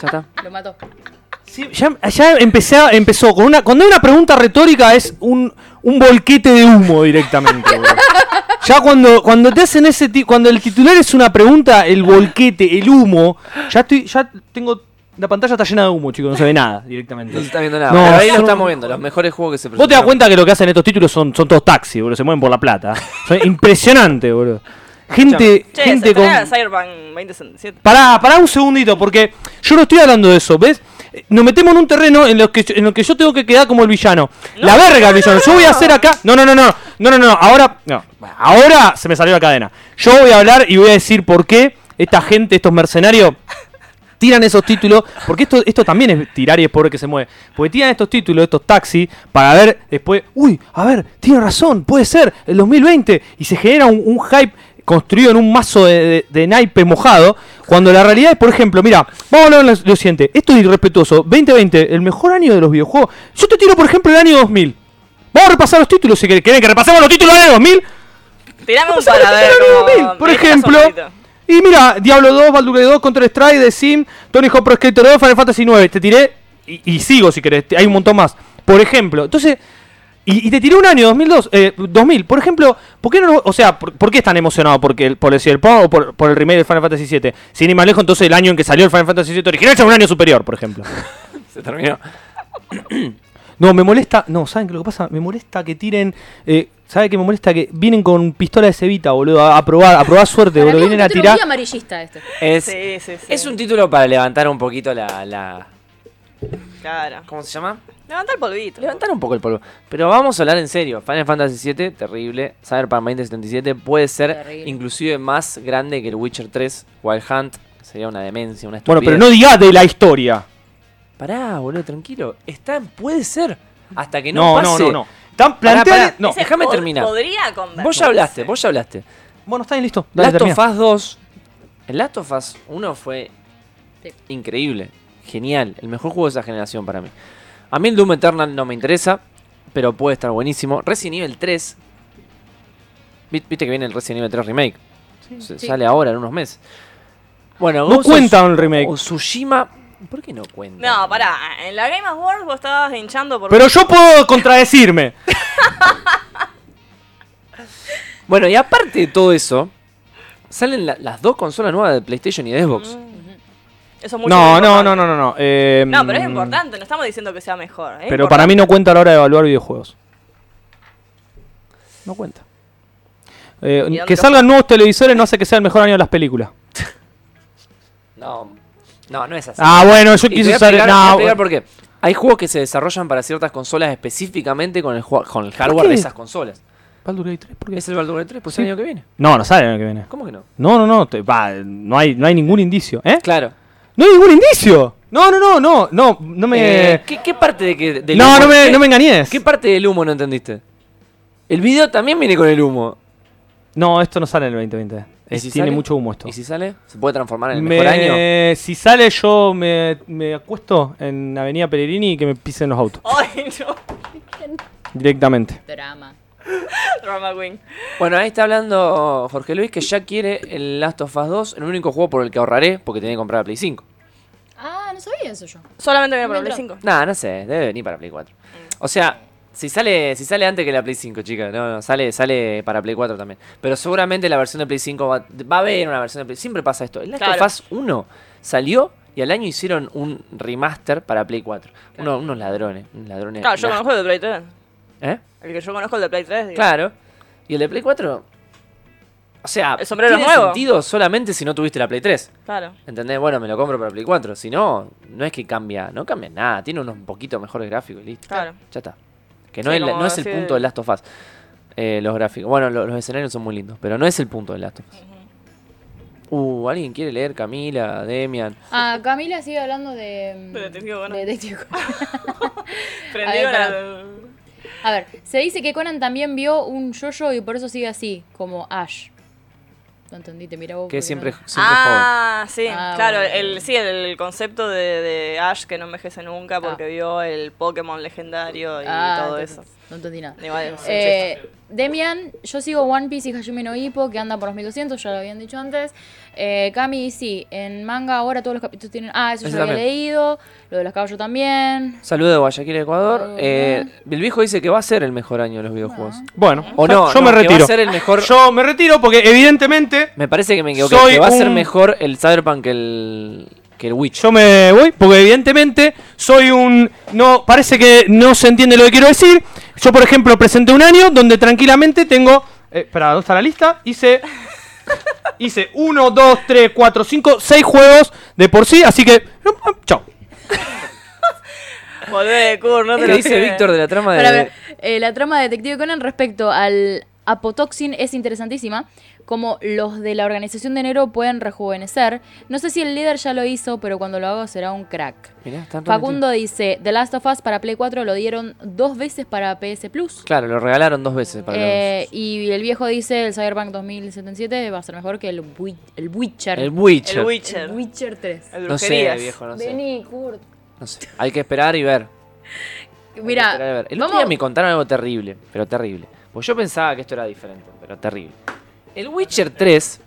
Ya está.
Lo mató.
Sí, ya, ya empecé a- empezó con una cuando hay una pregunta retórica es un, un volquete de humo directamente. bro. ya cuando cuando te hacen ese ti- cuando el titular es una pregunta el volquete el humo ya estoy ya tengo la pantalla está llena de humo chicos no se ve nada directamente.
No se está viendo nada.
No,
pero ahí lo
son-
estamos viendo, los mejores juegos que se
Vos te das
presentaron.
cuenta que lo que hacen estos títulos son, son todos taxis, boludo. Se mueven por la plata. Son impresionante, boludo. Gente,
che, se
gente con.
estrena Cyberpunk 2077.
Pará, pará un segundito, porque yo no estoy hablando de eso, ¿ves? Eh, Nos metemos en un terreno en lo que, yo- en lo que yo tengo que quedar como el villano. la verga, el villano. Yo voy a hacer acá. No, no, no, no. No, no, no. no, Ahora. No. Ahora se me salió la cadena. Yo voy a hablar y voy a decir por qué esta gente, estos mercenarios, tiran esos títulos, porque esto, esto también es tirar y es pobre que se mueve. Porque tiran estos títulos, estos taxis, para ver después, uy, a ver, tiene razón, puede ser, el 2020, y se genera un, un hype construido en un mazo de, de- de naipe mojado, cuando la realidad es, por ejemplo, mira, vamos a hablar de lo, lo siguiente, esto es irrespetuoso, 2020, el mejor año de los videojuegos, yo te tiro, por ejemplo, el año 2000, vamos a repasar los títulos, si querés, ¿Querés que repasemos los títulos del año 2000,
Tirame un
Pasame
para
la
ver.
tela
como-
de 2000, por
me tiras
ejemplo.
un poquito.
Y mira, Diablo 2, Baldur's Gate 2, Counter Strike, The Sim, Tony Hawk Pro Skater 2, Final Fantasy 9. Te tiré y, y sigo si querés, te- hay un montón más. Por ejemplo, entonces y, y te tiré un año 2002, eh, 2000, por ejemplo, ¿por qué no, o sea, por, por qué están emocionados porque el, por el Cyberpunk o por, por el remake del Final Fantasy 7? Sin ir más lejos, entonces el año en que salió el Final Fantasy 7 original ya es un año superior, por ejemplo.
Se terminó.
No, me molesta. No, ¿saben qué lo que pasa? Me molesta que tiren. Eh, ¿Sabe qué me molesta? Que vienen con pistola de cevita, boludo. A, a probar, a probar suerte,
Para mí
boludo.
es un
Vienen a
título
tirar.
muy amarillista este.
Es,
Sí, sí, sí.
es un título para levantar un poquito la- la...
Claro.
¿Cómo se llama?
Levanta el polvito.
Levantar un poco el polvo. Pero vamos a hablar en serio. Final Fantasy VII, terrible. Cyberpunk 2077 puede ser
Terrible.
inclusive más grande que el Witcher 3, Wild Hunt. Sería una demencia, una
Bueno,
estupidez.
pero no digas de la historia.
Pará, boludo, tranquilo. Está, puede ser. Hasta que no,
No, no,
pase.
no, no. Tan
Pará,
plantea-
pará.
no.
Ese
déjame
pod-
terminar.
Podría conversarse.
Vos ya hablaste, vos ya hablaste.
Bueno, está bien, listo. Dale,
Last
termina.
of Us 2. El Last of Us 1 fue
Sí.
increíble, genial, el mejor juego de esa generación para mí. A mí el Doom Eternal no me interesa, pero puede estar buenísimo. Resident Evil 3. vi- Viste que viene el Resident Evil 3 Remake. Se-
Sí.
Sale ahora en unos meses. Bueno,
No
Ghost of-
cuenta un remake.
o Tsushima. ¿Por qué no cuenta?
No, pará. En la Game Awards vos estabas hinchando por.
Pero yo puedo contradecirme.
Bueno, y aparte de todo eso, salen la- las dos consolas nuevas de PlayStation y de Xbox.
Mm.
Eso es mucho
No,
más
no,
importante.
no, no, no. No, eh,
No, pero es
mm,
importante. No estamos diciendo que sea mejor. es
Pero para mí no cuenta a la hora de evaluar videojuegos.
No cuenta.
Eh,
¿Y dónde
que
lo-
salgan nuevos televisores no hace que sea el mejor año de las películas.
No, no, no es así.
Ah, bueno, yo
Y te
quise
voy a
usar.
explicar- te voy a
no,
explicar por qué. Hay juegos que se desarrollan para ciertas consolas específicamente con el, jua- con el hardware
qué?
de esas consolas.
Baldur's Gate 3, ¿por qué?
Es el Baldur's Gate 3, pues el
Sí.
año que viene.
No, no sale el año que viene.
¿Cómo que no?
No, no, no. te- va, no, hay, no hay ningún indicio. ¿Eh?
Claro.
No hay ningún indicio. No, no, no, no. No, no me.
Eh, ¿qué, qué parte de que, del
no,
humo-
no me,
¿qué,
no me engañes.
¿Qué parte del humo no entendiste? El video también viene con el humo.
No, esto no sale en el 2020.
¿Y
Es-
si
tiene
sale?
mucho humo esto.
¿Y si sale? ¿Se puede transformar en el
Me-
mejor año?
Si sale, yo me, me acuesto en Avenida Pellegrini y que me pisen los autos.
Ay, no.
Directamente.
Drama.
Drama Queen.
Bueno, ahí está hablando Jorge Luis que ya quiere el Last of Us 2, el único juego por el que ahorraré porque tenía que comprar la Play 5.
Ah, no sabía eso yo.
Solamente viene por el
Mientras-
5.
Nah, no sé, debe venir para Play 4. O sea, si sale, si sale antes que la Play 5, chica, no, no, sale, sale para Play 4 también. Pero seguramente la versión de Play 5 va, va a haber una versión de Play Siempre pasa esto. El Last
Claro.
of Us 1 salió y al año hicieron un remaster para Play 4. Uno- unos ladrones, unos ladrones.
Claro, yo
nah.
conozco el de Play 3.
¿Eh?
El que yo conozco el de Play 3. digo.
Claro. Y el de Play 4. O sea,
El sombrero
tiene
nuevo.
sentido solamente si no tuviste la Play 3.
Claro.
¿Entendés? Bueno, me lo compro para Play 4. Si no, no es que cambia, no cambia nada. Tiene unos un poquito mejores gráficos y listo.
Claro.
Ya está. Que no,
Sí,
es, la-
como
no es el
decir-
punto del Last of Us. eh, los gráficos. Bueno, lo- los escenarios son muy lindos, pero no es el punto del Last of Us. Uh, ¿alguien quiere leer Camila, Demian?
Ah, Camila sigue hablando de. mm,
De Detective Conan.
de Detective Conan.
Prendido
A ver,
la.
A ver, se dice que Conan también vio un yoyo y por eso sigue así, como Ash. No entendí, te mira vos.
Que
porque
siempre,
no-
siempre
Uh, Ah, sí,
Ah,
claro,
bueno.
el, sí, el concepto de, de Ash que no envejece nunca porque vio el Pokémon legendario y
Ah,
todo
entonces,
eso.
No entendí nada.
Igual es un chiste.
Eh, Demian, yo sigo One Piece y Hajime no Hippo, que anda por los 1200, ya lo habían dicho antes. Eh, Cami, sí, en manga ahora todos los capítulos tienen. Ah, eso
Eso
ya lo había
también.
leído. Lo de los caballos también.
joven. Saludos de Guayaquil, Ecuador.
Saludos.
Eh, el viejo dice que va a ser el mejor año de los videojuegos.
Bueno,
O no, no,
yo me
que va a
retiro.
ser el mejor-
Yo me retiro porque evidentemente
Me parece que me equivoqué.
Soy
que va a ser
un-
mejor el Cyberpunk que el, que el Witch.
yo me voy porque evidentemente soy un no parece que no se entiende lo que quiero decir. Yo por ejemplo presenté un año donde tranquilamente tengo eh, espera, ¿dónde está la lista? Hice hice 1 2 3 4 5 6 juegos de por sí, así que no, no, chao.
Volvé, Kur, no te
¿Qué
lo
dice
creo.
Víctor de la trama
Para
de...
ver, eh, la trama de Detective Conan respecto al apotoxin es interesantísima. Como los de la organización de enero pueden rejuvenecer. No sé si el líder ya lo hizo, pero cuando lo hago será un crack.
Mirá, están remetidos.
Facundo dice, The Last of Us para Play 4 lo dieron dos veces para PS Plus.
Claro, lo regalaron dos veces. Para
Eh, y el viejo dice, el Cyberpunk 2077 va a ser mejor que el, Wi- el Witcher.
los- El Ah, Witcher.
El
El
Witcher.
Witcher 3.
El
No sé,
brujerías.
viejo, no sé.
Vení, Kurt.
No sé. Hay que esperar y ver.
Mira,
Esperá, a ver. el otro
vamos...
día me contaron algo terrible, pero terrible. Pues yo pensaba que esto era diferente, pero terrible. El Witcher 3,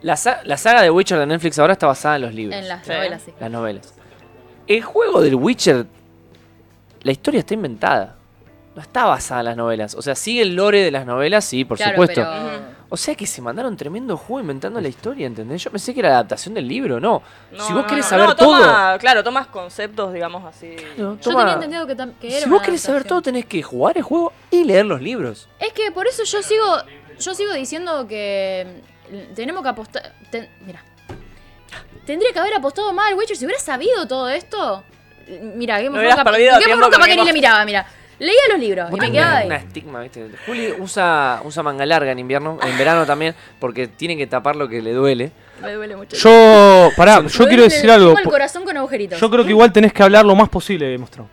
la, sa- la saga de Witcher de Netflix ahora está basada en los libros,
En las
Sí.
novelas, sí.
las novelas. El juego del Witcher, la historia está inventada. No está basada en las novelas. O sea, sigue el lore de las novelas, sí, por
Claro,
supuesto.
pero-
O sea que se mandaron tremendo juego inventando la historia, ¿entendés? Yo pensé que era adaptación del libro, no.
No,
si vos
no,
querés
no,
saber
no,
todo.
toma- Claro, tomas conceptos, digamos así.
Claro,
Yo
toma-
tenía entendido que, tam- que era
si
una
vos querés saber todo,
adaptación.
tenés que jugar el juego y leer los libros.
Es que por eso yo sigo, yo sigo diciendo que mm, tenemos que apostar. ten- mira, tendría que haber apostado más al Witcher si hubiera sabido todo esto. Mira, Game
No
of
hubieras
Thrones capaz-
perdido
Game of
tiempo
Thrones capaz
con
que ni
Game
le
of-
miraba, mira. Leía los libros y
Vos
me
tenés
quedaba
una
ahí.
estigma, ¿viste? Juli usa, usa manga larga en invierno, en verano también, porque tiene que tapar lo que le duele.
Me duele mucho.
Yo, pará, yo
Me
quiero
duele,
decir
tengo
algo.
el corazón con agujeritos.
Yo creo que igual tenés que hablar lo más posible de Game of Thrones.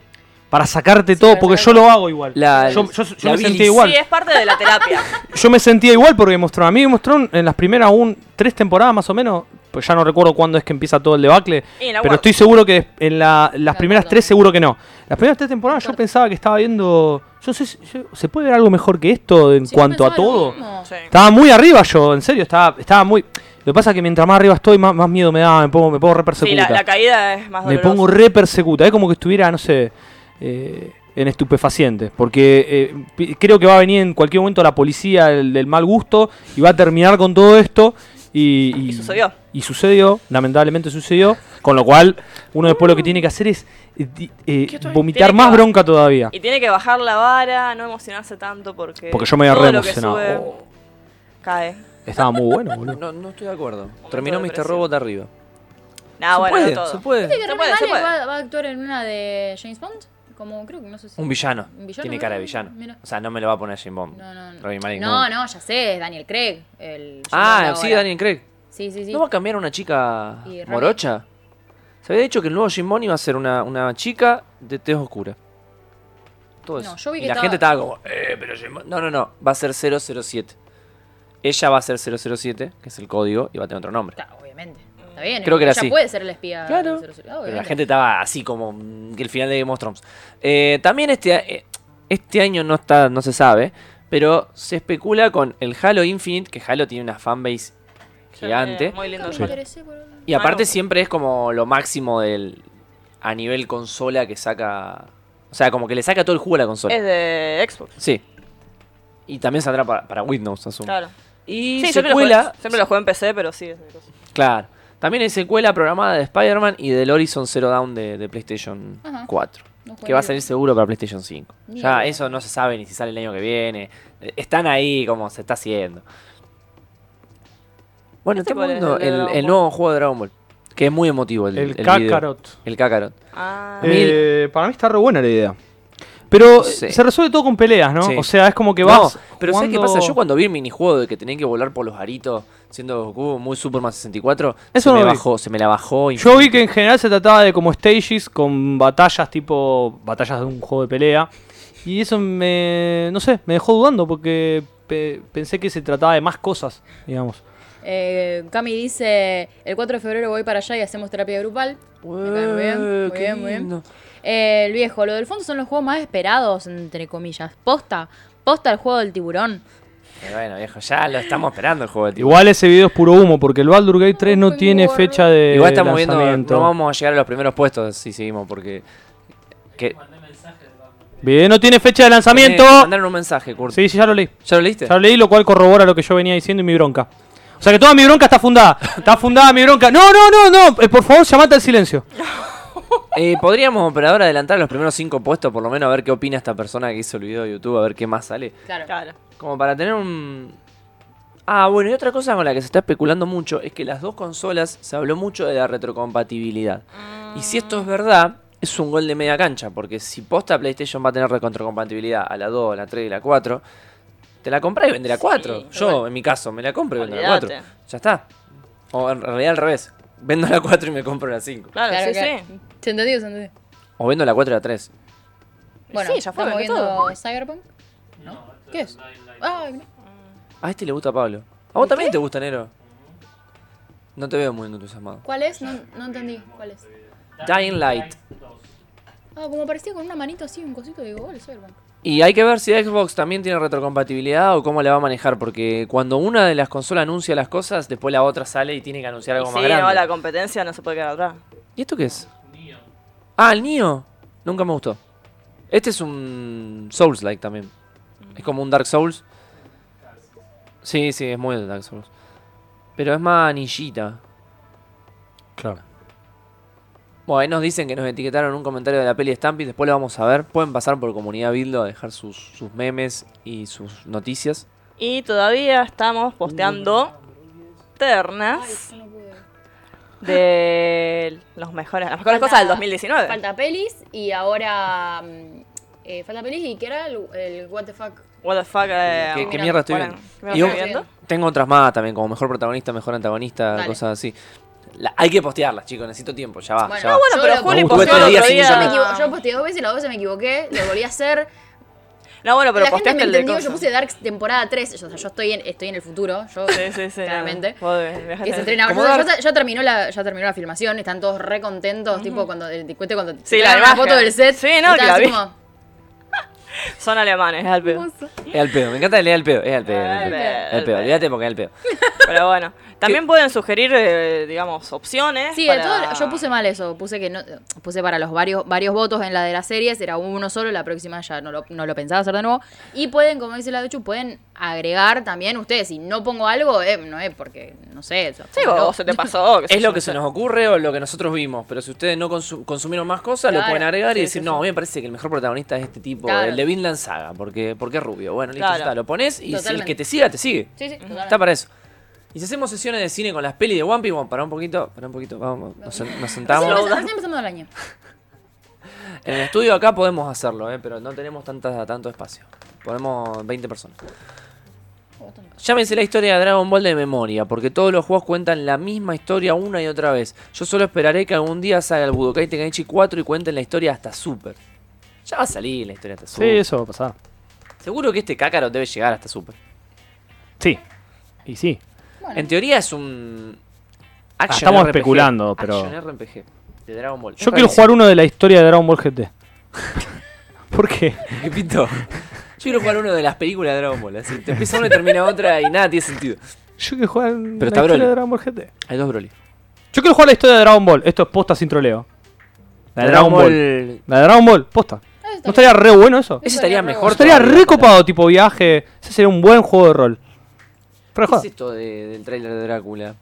Para sacarte todo,
para
porque yo
sacar-
lo hago igual.
La-
yo, yo- yo
la
me
bilis.
sentía igual.
Sí, es parte de la terapia.
Yo me sentía igual por Game of Thrones. A mí Game of Thrones en las primeras un, tres temporadas más o menos, pues ya no recuerdo cuándo es que empieza todo el debacle,
Y en la
pero
cuarta.
estoy seguro que des- en la- las
La
primeras
cuarta.
tres seguro que no. Las primeras tres temporadas yo
Cuarta.
pensaba que estaba viendo... Yo sé, si- yo- ¿Se puede ver algo mejor que esto en
Sí, yo
cuanto a
pensaba lo
todo?
mismo.
Sí.
Estaba muy arriba yo, en serio, estaba, estaba muy... Lo que pasa es que mientras más arriba estoy, más, más miedo me da, me pongo, me pongo re
Sí,
persecuta.
la, la caída es más
me
dolorosa.
pongo re persecuta. Es como que estuviera, no sé, eh, en estupefacientes. Porque eh, pi- creo que va a venir en cualquier momento la policía del, del mal gusto y va a terminar con todo esto. Y,
Y sucedió.
Y sucedió, lamentablemente sucedió. Con lo cual, uno después lo
Uh.
que tiene que hacer es eh, di- eh, vomitar
Tiene que
más
bajar.
bronca todavía.
Y tiene que bajar la vara, no emocionarse tanto porque.
Porque yo me había
todo
re
lo que
emocionado.
sube
Oh,
Cae.
estaba muy bueno, boludo.
No, no estoy de acuerdo. Terminó Mr.
depresivo.
Robot arriba.
Nah,
se
bueno,
puede,
no todo.
se puede.
Viste que
Se
Rami
puede, se
Malek
puede.
va, va a actuar en una de James Bond? Como creo que no sé si.
Un villano.
Un villano,
Tiene
mira,
cara de villano.
mira.
O sea, no me lo va a poner Jim Bond.
No, no, no.
Rami Malek,
no, no, ya sé, es Daniel Craig. El
Ah,
James Bond
sí,
ahora.
Daniel Craig.
Sí, sí, sí.
¿No va a cambiar una chica
Y Rami-
morocha? Se había dicho que el nuevo Jim Bond iba a ser una, una chica de tez oscura. Todo eso.
No, yo vi
y
que
la
estaba-
gente estaba como, eh, pero Jim Bond-". No, no, no. Va a ser 007. Ella va a ser 007, que es el código, y va a tener otro nombre.
Está, obviamente. Está bien.
Creo que era
ella
así.
puede ser el espía.
Claro.
del 00. Ah,
Pero la
obviamente.
gente estaba así como mm, que el final de Game of Thrones. Eh, también este, a- eh, este año no está, no se sabe, pero se especula con el Halo Infinite, que Halo tiene una fanbase gigante.
Eh, Muy lindo.
Nunca me
yo.
interesé por-
Y aparte
Manu.
siempre es como lo máximo del a nivel consola que saca. O sea, como que le saca todo el jugo a la consola.
Es de Xbox.
Sí. Y también saldrá para, para Windows, asumo.
Claro.
Y
Sí, yo creo que lo
secuela.
jugué- siempre lo juego en PC, pero sí. es de cosas.
Claro. También hay secuela programada de Spider-Man y del Horizon Zero Down de, de PlayStation
Ajá.
4.
No jugué
Que va a
ni-
salir seguro para PlayStation 5.
Ni
ya,
idea.
eso no se sabe ni si sale el año que viene. Eh, Están ahí como se está haciendo. Bueno,
¿Este
estamos
cuál es?
viendo
¿El de
el,
Dragon
el
Ball?
nuevo juego de Dragon Ball. Que es muy emotivo el,
El,
video.
Kakarot.
El Kakarot.
Ah.
mí- Eh,
Eh, para mí está re buena la idea. Pero
No sé.
eh, se resuelve todo con peleas, ¿no?
Sí.
O sea, es como que
No,
vas.
pero ¿sabes qué
jugando-
pasa? Yo cuando vi el minijuego de que tenían que volar por los aritos, siendo Goku muy Superman 64,
Eso
se me
no lo vi.
bajó, se me la bajó.
Yo vi que en general se trataba de como stages con batallas tipo batallas de un juego de pelea y eso me no sé, me dejó dudando porque pe- pensé que se trataba de más cosas, digamos.
Eh, Cami dice: El 4 de febrero voy para allá y hacemos terapia grupal. Me cae muy bien, muy bien, muy bien. Eh, el viejo, lo del fondo son los juegos más esperados, entre comillas. Posta, posta el juego del tiburón.
Pero bueno, viejo, ya lo estamos esperando el juego de tiburón.
Igual ese video es puro humo porque el Baldur Gate 3 no
Ay,
tiene
gordo.
fecha de
Igual estamos viendo,
lanzamiento.
no vamos a llegar a los primeros puestos si seguimos, porque. Que,
Bien, no tiene fecha de lanzamiento.
Eh, mandaron un mensaje, Kurt.
Sí, sí, ya lo leí.
¿Ya lo leíste?
Ya lo leí, lo cual corrobora lo que yo venía diciendo y mi bronca. O sea que toda mi bronca está fundada. Está fundada mi bronca. No, no, no, no. Eh, por favor, llamate al silencio.
Eh, Podríamos, operador, adelantar los primeros cinco puestos, por lo menos a ver qué opina esta persona que hizo el video de YouTube, a ver qué más sale.
Claro.
Claro.
Como para tener un... Ah, bueno, y otra cosa con la que se está especulando mucho es que las dos consolas se habló mucho de la retrocompatibilidad. Y si esto es verdad, es un gol de media cancha, porque si posta PlayStation va a tener retrocompatibilidad a la 2, a la 3 y la 4, te la comprás y vendés la 4. Yo, en mi caso, me la compro y vendo la 4.
Olvídate.
Ya está. O en realidad al revés. Vendo la 4 y me compro la 5.
Claro,
Claro,
sí,
claro.
sí.
Se entendió, se entendió.
O vendo la 4 y la 3.
Bueno,
sí, ya fue,
¿estamos
vendió
viendo
todo.
Cyberpunk? ¿No? ¿Qué es? Ah, no.
A este le gusta Pablo. ¿A vos también te gusta Nero? No te veo muy entusiasmado.
¿Cuál es? No, no entendí. ¿Cuál es?
Dying Light.
Ah, como parecía con una manito así, un cosito, digo, oh, el Cyberpunk.
Y hay que ver si Xbox también tiene retrocompatibilidad o cómo la va a manejar, porque cuando una de las consolas anuncia las cosas, después la otra sale y tiene que anunciar
Y
algo más
sí, no,
grande.
la competencia no se puede quedar atrás.
¿Y esto qué es? Ah, el Nio. Nunca me gustó. Este es un Souls-like también. Es como un Dark Souls. Sí, sí, es muy de Dark Souls. Pero es más ninjita.
Claro.
Bueno, ahí nos dicen que nos etiquetaron en un comentario de la peli Stampy, después lo vamos a ver. Pueden pasar por comunidad Bildo a dejar sus, sus memes y sus noticias.
Y todavía estamos posteando ternas de los mejores, las mejores cosas del 2019.
Falta pelis y ahora. mm, eh, falta pelis y que era el, el What the fuck.
What the fuck. eh,
¿Qué, qué
mira,
mierda estoy
bueno,
viendo?
¿qué mierda
Y un-
estoy viendo?
Tengo otras más también, como mejor protagonista, mejor antagonista,
Dale.
cosas así. La- hay que postearlas, chicos, necesito tiempo, ya
Ah,
va.
Bueno,
ya
no,
va.
bueno, pero
Me
Juli
busco
posteó
tres
el
días
otro
sin
día.
Yo,
usar
me
mi-
equivo- yo posteé dos veces y las dos veces me equivoqué, lo volví a hacer.
No, bueno, pero
la gente me
posteaste el de
entendió,
cosa.
yo puse Dark temporada 3. Yo, o sea, yo estoy, en, estoy en el futuro, yo
Sí, sí, sí. no,
claramente.
vos viajaste
Que se
en-
entrena ahora.
Como
Ya-
Dark.
Ya, ya terminó la, ya terminó la filmación, están todos re contentos, tipo cuando el cuento cuando te
Sí, la
sacan
imagen.
foto del set.
Sí, no,
están
que la
así
vi.
como,
Son alemanes, es al pedo.
Es al pedo, me encanta leer al pedo, es al pedo. Es al pedo, es al pedo, olvídate porque es al pedo.
Pero bueno, también pueden sugerir, eh, digamos, opciones.
Sí, de
para-
todo- yo puse mal eso, puse que no puse para los varios varios votos en la de las series, era uno solo, la próxima ya no lo, no lo pensaba hacer de nuevo y pueden, como dice la Duchu, pueden agregar también ustedes, si no pongo algo, eh, no es porque no sé, eso,
Sí,
no.
o se te pasó. qué sé
Es
Pues yo,
lo
no
que
sé.
se nos ocurre o lo que nosotros vimos, pero si ustedes no consu- consumieron más cosas, lo
Claro,
pueden agregar y
sí,
decir,
sí,
no,
sí.
a mí me parece que el mejor protagonista es este tipo,
Claro.
el de Vinland Saga, porque, porque es rubio. Bueno, listo,
Claro.
ya está, lo pones y si el
Totalmente.
que te siga, te sigue.
Sí, sí, totalmente.
Está para eso. Y si hacemos sesiones de cine con las pelis de One Piece, bueno, para un poquito, para un poquito, vamos, nos, sen- nos
Recién
sentamos.
empezamos- recién empezamos el año.
En el estudio acá podemos hacerlo, eh, pero no tenemos tanta, tanto espacio. Podemos 20 personas. Llámense la historia de Dragon Ball de memoria, porque todos los juegos cuentan la misma historia una y otra vez. Yo solo esperaré que algún día salga el Budokai Tenkaichi 4 y cuenten la historia hasta Super. Ya va a salir la historia hasta
Sí,
Super.
eso va a pasar.
Seguro que este Cácaro debe llegar hasta Super.
Sí. Y sí.
Bueno.
En teoría es un... action
Ah, estamos
RPG.
especulando, pero-
Action RPG de Dragon Ball.
Yo quiero jugar uno de la historia de Dragon Ball GT. ¿Por qué?
¿Qué pinto? Yo quiero jugar uno de las películas de Dragon Ball. Así, te empieza una y termina otra y nada tiene sentido.
Yo quiero jugar la
está
historia
Broly.
de Dragon Ball GT.
Hay dos Broly.
Yo quiero jugar la historia de Dragon Ball. Esto es posta sin troleo. La de Dragon Ball. La de Dragon Ball, posta. ¿No estaría re bueno eso?
Ese estaría mejor.
Estaría
todavía,
re
para-
copado, tipo viaje. Ese sería un buen juego de rol. Re
¿Qué
joda.
es esto de- del tráiler de Drácula?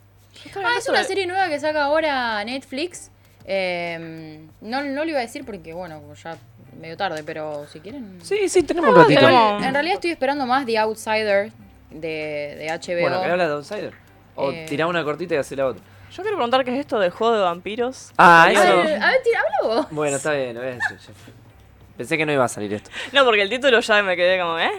Ah, es una serie nueva que saca ahora Netflix. Eh, no, no lo iba a decir porque, bueno, como ya medio tarde, pero si quieren.
Sí, sí, tenemos un ratito.
tenemos-
En realidad estoy esperando más The Outsider de, de HBO.
Bueno, que habla de Outsider. O
Eh.
tirá una cortita y hacé la otra.
Yo quiero preguntar qué es esto del juego de vampiros.
Ah,
a, ver,
eso.
a ver, tira, habla vos.
Bueno, está bien. eh, ya- ya fue. Pensé que no iba a salir esto.
No, porque el título ya me quedé como, ¿eh?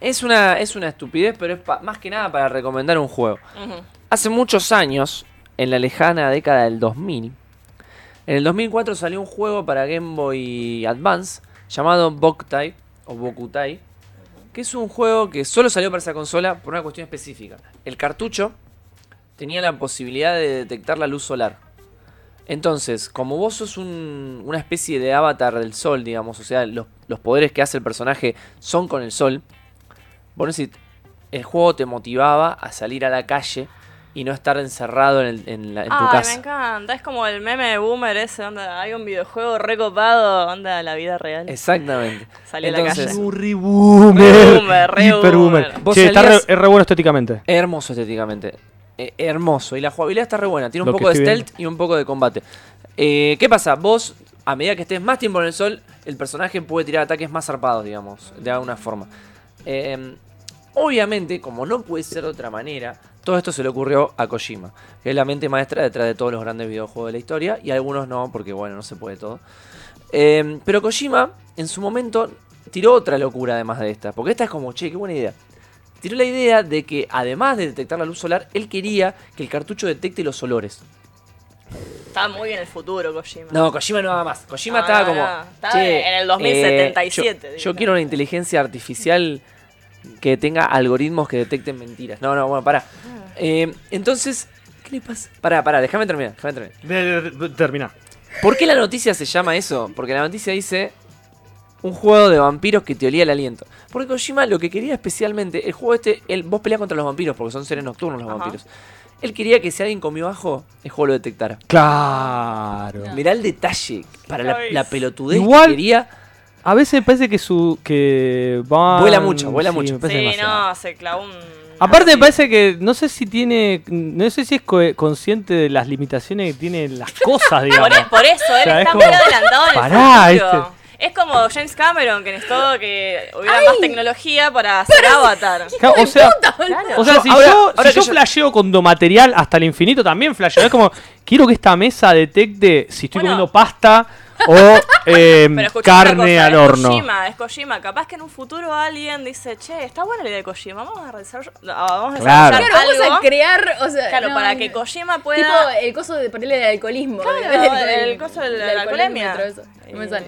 Es una, es una estupidez, pero es pa- más que nada para recomendar un juego.
Ujú.
Hace muchos años, en la lejana década del 2000, en el 2004 salió un juego para Game Boy Advance llamado Boktai o Bokutai, que es un juego que solo salió para esa consola por una cuestión específica. El cartucho tenía la posibilidad de detectar la luz solar. Entonces, como vos sos un- una especie de avatar del sol, digamos, o sea, los, los poderes que hace el personaje son con el sol, vos necesitás- el juego te motivaba a salir a la calle y no estar encerrado en, el- en la- en tu
Ay,
casa.
me encanta. Es como el meme de Boomer ese, onda. Hay un videojuego recopado, onda, la vida real.
Exactamente.
Salí a la calle.
Re boomer.
Boomer, re
Hiper boomer.
boomer.
Vos
Che, está re,
salías-
es re bueno estéticamente.
Hermoso estéticamente. Eh, hermoso. Y la jugabilidad está re buena. Tiene un
Lo que
poco de
estoy
stealth y un poco de combate. Eh, ¿Qué pasa? Vos, a medida que estés más tiempo en el sol, el personaje puede tirar ataques más zarpados, digamos, de alguna forma. Eh, obviamente, como no puede ser de otra manera, todo esto se le ocurrió a Kojima, que es la mente maestra detrás de todos los grandes videojuegos de la historia, y algunos no, porque bueno, no se puede todo. Eh, pero Kojima, en su momento, tiró otra locura además de esta, porque esta es como, che, qué buena idea. Tiró la idea de que, además de detectar la luz solar, él quería que el cartucho detecte los olores.
Está muy en el futuro, Kojima.
No, Kojima no daba más. Kojima
No,
estaba
no,
como.
no. Estaba
"Che,
Ah, en el 2077,
eh, yo- yo,
digamos.
quiero una inteligencia artificial que tenga algoritmos que detecten mentiras. No, no, bueno, pará.
Ah.
Eh, entonces, ¿qué le pasa? Pará, pará, déjame terminar, déjame terminar.
Termina.
¿Por qué la noticia se llama eso? Porque la noticia dice. Un juego de vampiros que te olía el aliento. Porque Kojima lo que quería especialmente. El juego este. El, vos peleas contra los vampiros porque son seres nocturnos los
Ajá.
vampiros. Él quería que si alguien comió ajo, el juego lo detectara.
Claro.
Mirá el detalle para la,
Ay,
la
sí.
pelotudez
Igual-
que quería.
A veces parece que su. que van-
Vuela mucho, vuela
sí,
mucho.
me parece
sí,
demasiado.
no, se clavó un.
Aparte me parece que no sé si tiene, no sé si es co- consciente de las limitaciones que tienen las cosas,
Por, e,
digamos.
por eso, él
sea, es
está
como,
muy adelantado en el
"Pará,
futuro.
este-
Es como James Cameron, que necesitó que hubiera más tecnología para hacer Avatar.
Claro, o sea,
Claro.
o sea,
Yo-
si
ahora-
yo, si
ahora que
yo
yo-
flasheo con do material hasta el infinito, también flasheo. Es como, quiero que esta mesa detecte si estoy
Bueno.
comiendo pasta o eh,
Pero escuchá una
carne
cosa,
al
es
horno.
Kojima, es Kojima. Capaz que en un futuro alguien dice, che, está buena la idea de Kojima, vamos a desarroll- no, vamos a desarrollar,
Claro.
Claro, vamos
algo.
a crear, o sea,
Claro,
no,
para
no.
que Kojima
Tipo
pueda...
el coso de ponerle el alcoholismo.
Claro, el, coso de la,
del
la alcoholemia. Eh,
alcoholímetro, eso. No me
Y,
sale.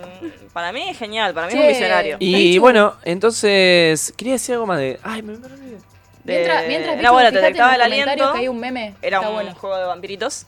Para mí es genial, para mí
Che.
es un visionario.
Y-
Y bueno, entonces quería decir algo más de. Ay, me, me olvidé.
De-
Mientras, mientras
era bueno,
Pichu,
te
fíjate en
detectaba
los
el
comentarios
aliento.
que hay un meme.
Era
está
un
bueno.
juego de vampiritos.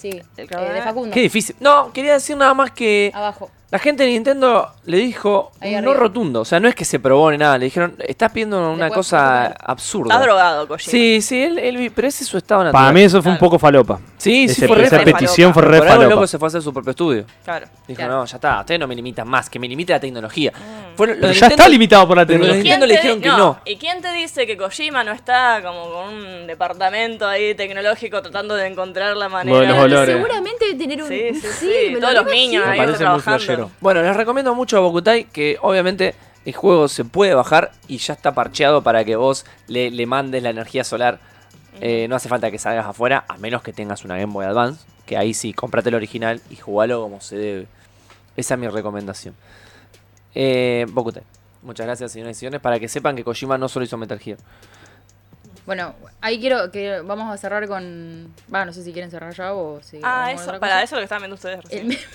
Sí, eh,
cabrón.
de Facundo.
Qué difícil. No, quería decir nada más que
Abajo.
la gente de Nintendo le dijo
Ahí
un no
arriba.
rotundo. O sea, no es que se probone nada. Le dijeron, estás pidiendo una
Después
cosa
puedes comer.
absurda.
Estás drogado, Kojima.
Sí, sí, él, él vi- pero ese es su estado natural.
Para mí eso fue un
Claro.
poco falopa.
Sí, sí,
Ese-
fue re
esa
falopa.
petición fue re
Por algo el
falopa.
loco se fue a hacer su propio estudio.
Claro.
Dijo,
Claro.
no, ya está, ustedes no me limitan más, que me limite la tecnología. Fue lo- lo
Pero
de
ya
Nintendo-
está limitado por la
Pero lo de
tecnología.
Nintendo le dijeron que no.
¿Y quién te dice que Kojima no está como con un departamento ahí tecnológico tratando de encontrar la manera?
Lo de los
de-
olores.
Seguramente debe tener un.
Sí, sí, sí.
me lo
Todos los niños
imagino.
ahí
Me parece
muy
trabajando.
flashero.
Bueno, les recomiendo mucho a Bokutai que obviamente el juego se puede bajar y ya está parcheado para que vos le, le mandes la energía solar. Eh, no hace falta que salgas afuera, a menos que tengas una Game Boy Advance, que ahí sí, comprate el original y jugalo como se debe. Esa es mi recomendación. Eh, Bokutai. Muchas gracias, señores y señores, para que sepan que Kojima no solo hizo Metal Gear.
Bueno, ahí quiero que vamos a cerrar con. Va, no sé si quieren cerrar ya o si.
Ah,
alguna
eso,
otra
para
cosa.
eso lo que estaban viendo ustedes
El
recién.
meme.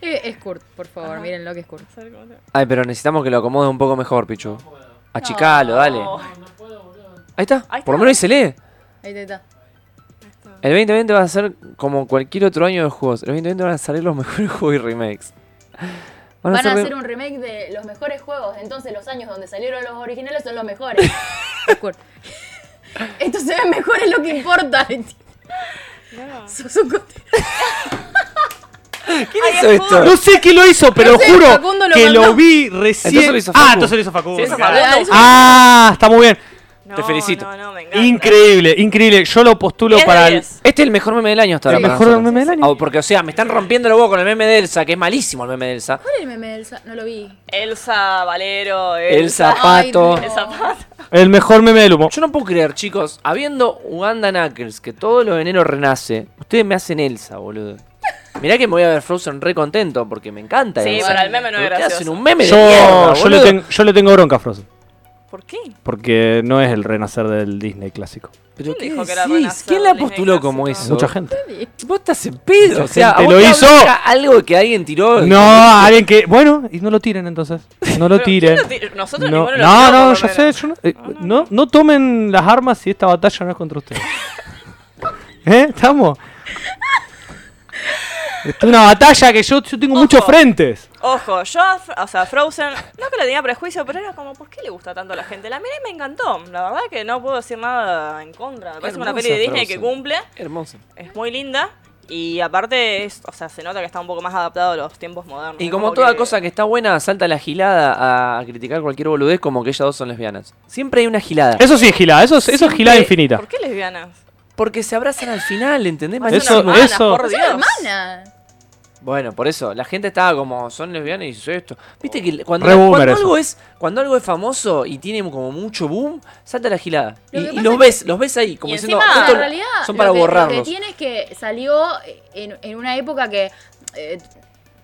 Eh, es Kurt, por favor,
Ajá.
miren lo que es Kurt.
¿Sabe cómo se llama?
Ay, pero necesitamos que lo acomode un poco mejor, Pichu. Achicalo, dale.
No.
Ahí está,
Ahí
por
está.
lo menos E. ahí se lee.
Ahí está, está.
El 2020 va a ser como cualquier otro año de juegos. El 2020 van a salir los mejores juegos y remakes. Van a
Van a
ser de-
hacer un remake de los mejores juegos, entonces los años donde salieron los originales son los mejores. Es Kurt. Esto se ve mejor, es lo que importa. Sos un cote-
¿Quién
Ay,
hizo
es
esto?
No sé quién lo hizo, pero
No sé,
juro
Facundo lo
que
mandó.
lo vi recién.
Entonces lo hizo
Ah,
Facu.
entonces lo hizo Facu.
Sí, eso
claro.
Facundo.
Ah, eso-
Ah, está muy bien.
No,
Te felicito.
No, no, me encanta.
Increíble, increíble. Yo lo postulo
Diez de
para el.
diez.
Este es el mejor meme del año hasta
El
ahora. para
mejor
nosotros.
meme del año.
Ah, porque, o sea, me están rompiendo el huevo con el meme de Elsa, que es malísimo el meme de Elsa.
¿Cuál es el meme del sa- No lo vi.
Elsa, Valero,
El
Elsa.
zapato.
Ay, no.
El zapato.
El mejor meme del humo.
Yo no puedo creer, chicos, habiendo Uganda Knuckles, que todos los enero renace, ustedes me hacen Elsa, boludo. Mirá que me voy a ver Frozen re contento porque me encanta
Sí,
Elsa.
para el meme no
Pero
es
¿qué hacen
gracioso.
un meme de
Yo,
mierda,
yo, le
boludo?
tengo, yo le tengo bronca a Frozen.
¿Por qué?
Porque no es el renacer del Disney clásico.
¿Pero
¿Quién
qué
dijo que era
decís?
renacer
¿Quién la
del Disney
postuló como
clásico?
eso?
Mucha gente.
Vos estás en pedo,
Mucha
o sea,
gente
¿a vos
lo
te
hizo.
banca algo que alguien tiró.
No, alguien que. Bueno, y no lo tiren entonces. No lo
Pero, ¿quién
tiren.
lo tira? Nosotros
no,
ninguno lo
no,
tiró,
no,
por
yo
lo
sé.
menos.
yo no, eh, no, no tomen las armas si esta batalla no es contra ustedes. ¿Eh? ¿Estamos? Esto es una batalla que yo, yo tengo muchos frentes.
Ojo, yo, a Fr- o sea, Frozen, no que le tenía prejuicio, pero era como, ¿por qué le gusta tanto a la gente? La miré y me encantó. La verdad que no puedo decir nada en contra. Me parece una
Hermosa
peli de Disney que
Frozen.
cumple,
Hermoso.
es muy linda. Y aparte, es, o sea, se nota que está un poco más adaptado a los tiempos modernos.
Y
Es
como toda
que-
cosa que está buena, salta la gilada a- a criticar cualquier boludez como que ellas dos son lesbianas. Siempre hay una gilada.
Eso sí es gilada, eso es, eso es gilada
Siempre-
infinita.
¿Por qué lesbianas?
Porque se abrazan al final, ¿entendés?
Porque
Eso-
son hermanas,
eso-
por
Son
Dios.
hermanas.
Bueno, por eso, la gente estaba como, son lesbianas y soy esto. Viste que cuando,
Re boomer
cuando
eso.
algo es, cuando algo es famoso y tiene como mucho boom, salta la gilada. y
Lo que
y
pasa
los
es
ves, los ves ahí, como
y
diciendo,
encima-
"Esto
En
lo-
realidad,
son
lo
para
que- Lo que
borrarlos.
tiene es que salió en, en una época que eh,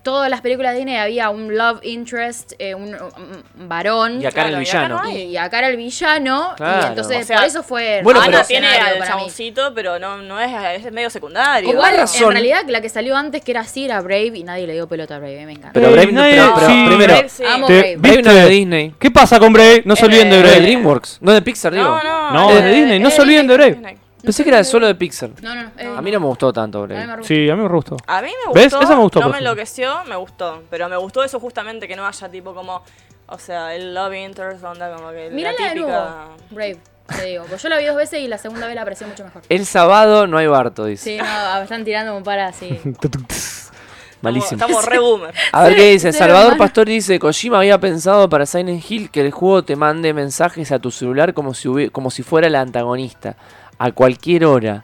todas las películas de Disney había un love interest, eh, un, un varón.
Y acá era el
Claro, y acá
villano.
no hay.
y acá era el villano. Y
Claro.
entonces,
O sea,
por eso fue.
Bueno,
Ana
pero-
tiene
revolucionario
al
para mí.
chaboncito, pero no, no es, es medio secundario.
Con
Igual,
razón.
en realidad, la que salió antes, que era así, era Brave, y nadie le dio pelota a Brave. eh, Me encanta.
Pero
Eh,
Brave no-
nadie-
pero- pero-
sí.
primero-
Brave, sí.
Amo
Te-
Brave.
Brave no
¿viste?
es de Disney.
¿Qué pasa con Brave? No se olviden de
Eh,
No, de
Brave.
DreamWorks, no de Pixar, digo.
No, no.
No, es de
eh,
Disney, no
eh,
se olviden de Brave.
Disney.
Pensé que era solo de Pixar.
No, no, no. eh,
A mí no me gustó tanto,
a mí
Brave.
me re-
Sí, a mí me gustó.
A mí me gustó.
¿Ves? Esa me gustó,
No
por
me
ejemplo.
enloqueció, me gustó. Pero me gustó eso justamente que no haya tipo como. O sea, el love interest, onda como que.
Mírala
la
de
típica.
nuevo. Brave, te digo. Pues yo la vi dos veces y la segunda vez la pareció mucho mejor.
El sábado no hay Barto, dice.
Sí, no, ah, están tirando un par así.
Malísimo.
Estamos, estamos re boomer.
A ver qué dice.
cero
Salvador
hermano.
Pastor dice: Kojima había pensado para Silent Hill que el juego te mande mensajes a tu celular como si, hubie- como si fuera la antagonista. A cualquier hora.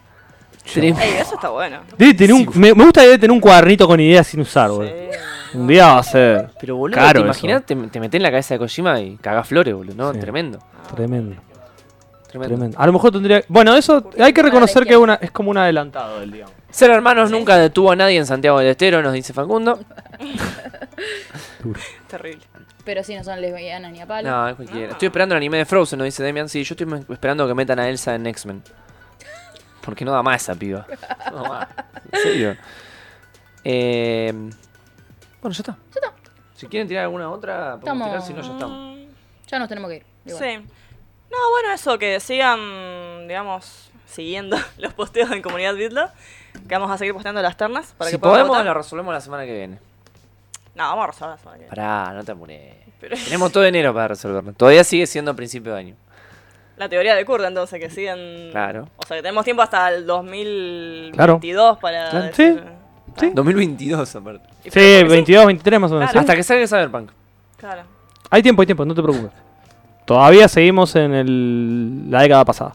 Tres-
Ey, eso está bueno.
Debe tener un- me, me gusta que debe tener un cuadernito con ideas sin usar, boludo.
Eh,
Un día va a ser.
Pero boludo,
Caro
te imaginás, te, te metés en la cabeza de Kojima y cagás flores, boludo, ¿no?
Sí.
Tremendo,
Tremendo,
tremendo.
tremendo.
A lo mejor tendría. Bueno, eso hay que reconocer que es una, es como un adelantado del día.
Ser hermanos nunca detuvo a nadie en Santiago del Estero, nos dice Facundo.
Terrible.
Pero si no son lesbianas ni a palo.
No, es cualquiera. Estoy esperando el anime de Frozen, nos dice Demian. Sí, yo estoy me- esperando que metan a Elsa en X-Men. Porque no da más esa piba. No da más. En serio. Eh, bueno, ya está. Ya
está.
Si quieren tirar alguna otra, podemos tirar,
Estamos-
si no, ya estamos.
Mm,
Ya nos tenemos que ir. igual.
Sí. No, bueno, eso, que sigan, digamos, siguiendo los posteos en Comunidad Bitlo. Que vamos a seguir posteando las ternas. Para
si
que puedan
podemos,
votar.
la resolvemos la semana que viene.
No, vamos a resolver la semana que viene.
Pará, no te apures.
Pero-
Tenemos todo enero para resolverlo. Todavía sigue siendo principio de año.
La teoría de Kurda, entonces, que siguen.
Claro.
O sea, que tenemos tiempo hasta el 2022 para.
Claro.
decir-
Ah,
Sí.
2022, aparte.
Y pero
Sí,
porque
22, 23 más o menos.
Claro.
¿sí?
Hasta que salga Cyberpunk.
Claro.
Hay tiempo, hay tiempo, no te preocupes. Todavía seguimos en el- la década pasada.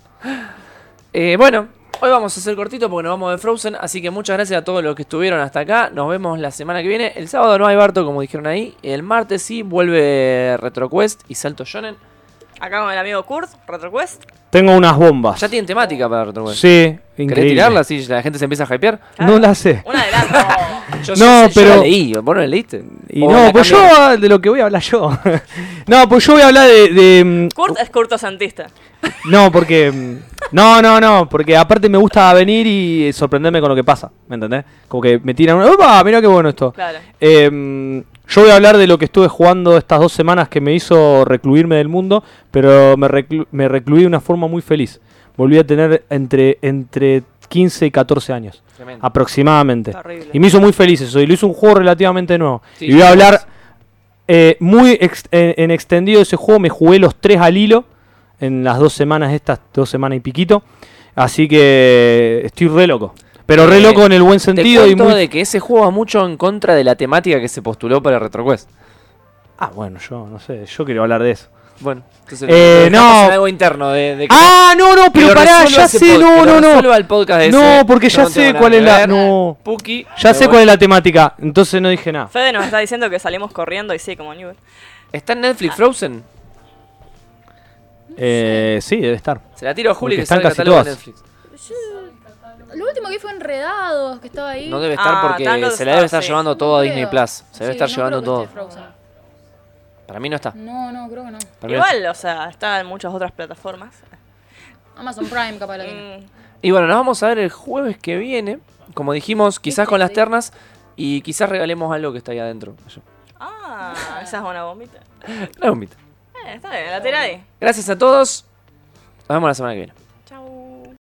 Eh, bueno, hoy vamos a hacer cortito porque nos vamos de Frozen, así que muchas gracias a todos los que estuvieron hasta acá. Nos vemos la semana que viene. El sábado no hay Barto, como dijeron ahí. El martes sí vuelve RetroQuest y Salto Shonen.
Acá con el amigo Kurt, RetroQuest.
Tengo unas bombas.
Ya tienen temática para RetroQuest.
Sí,
¿Querés
increíble.
tirarla si la gente se empieza a hypear?
No la sé.
Un adelanto.
Yo
No,
yo- yo
pero-
la leí, ¿vos no la leíste?
Y
¿O
no,
la
pues yo
cambiaron?
ah, de lo que voy a hablar yo. no, pues yo voy a hablar de. de,
Kurt es curtosantista.
mm, no, porque. mm, No, no, no, porque aparte me gusta venir y eh, sorprenderme con lo que pasa, ¿me entendés? Como que me tiran una. ¡Opa! Mirá qué bueno esto.
Claro.
Eh, yo voy a hablar de lo que estuve jugando estas dos semanas que me hizo recluirme del mundo, pero me, reclu- me recluí de una forma muy feliz. Volví a tener entre, entre 15 y 14 años,
Tremendo.
aproximadamente.
Terrible.
Y me hizo muy feliz eso, y lo hizo un juego relativamente nuevo.
Sí,
y voy a
sí,
hablar
sí.
eh, muy ex- en, en extendido de ese juego, me jugué los tres al hilo en las dos semanas, estas dos semanas y piquito. Así que estoy re loco. Pero re
Eh,
loco en el buen
Te
sentido y
cuento
muy
de que ese juego va mucho en contra de la temática que se postuló para RetroQuest.
Ah, bueno, yo no sé, yo quiero hablar de eso.
Bueno, entonces
Eh,
dejamos
no.
en algo interno de, de que-
Ah, no, no,
que
pero
lo
pará,
resuelva
ya
ese
sé,
pod-
no,
que lo
no, no.
resuelva el podcast ese.
No, porque ya
no tengo
sé
nada
cuál
que
es la.
ver.
No,
Puki.
ya
Pero
sé cuál es
bueno.
la temática, entonces no dije nada.
Fede nos está diciendo que salimos corriendo y sí, como Newell.
¿Está en Netflix Frozen?
Eh, sí, debe estar.
Se la tiro a Juli
Porque
que
están
sabe el
casi
catálogo de
todas.
Netflix.
Lo último que fue Enredados, que estaba ahí.
No debe estar
Ah, están
porque
los
se la debe
Stars,
estar
sí.
llevando todo a Disney Plus. Se debe estar llevando todo.
todo.
Para mí no está.
No, no, creo que no.
Para mí no
Igual, o sea, está en muchas otras plataformas.
Amazon Prime capaz la tiene.
Mm,
está. Y bueno, nos vamos a ver el jueves que viene. Como dijimos, quizás con las ternas. Y quizás regalemos algo que está ahí adentro.
Ah, esa es una bombita.
La bombita.
Eh, está bien, la tiré ahí.
Gracias a todos. Nos vemos la semana que viene.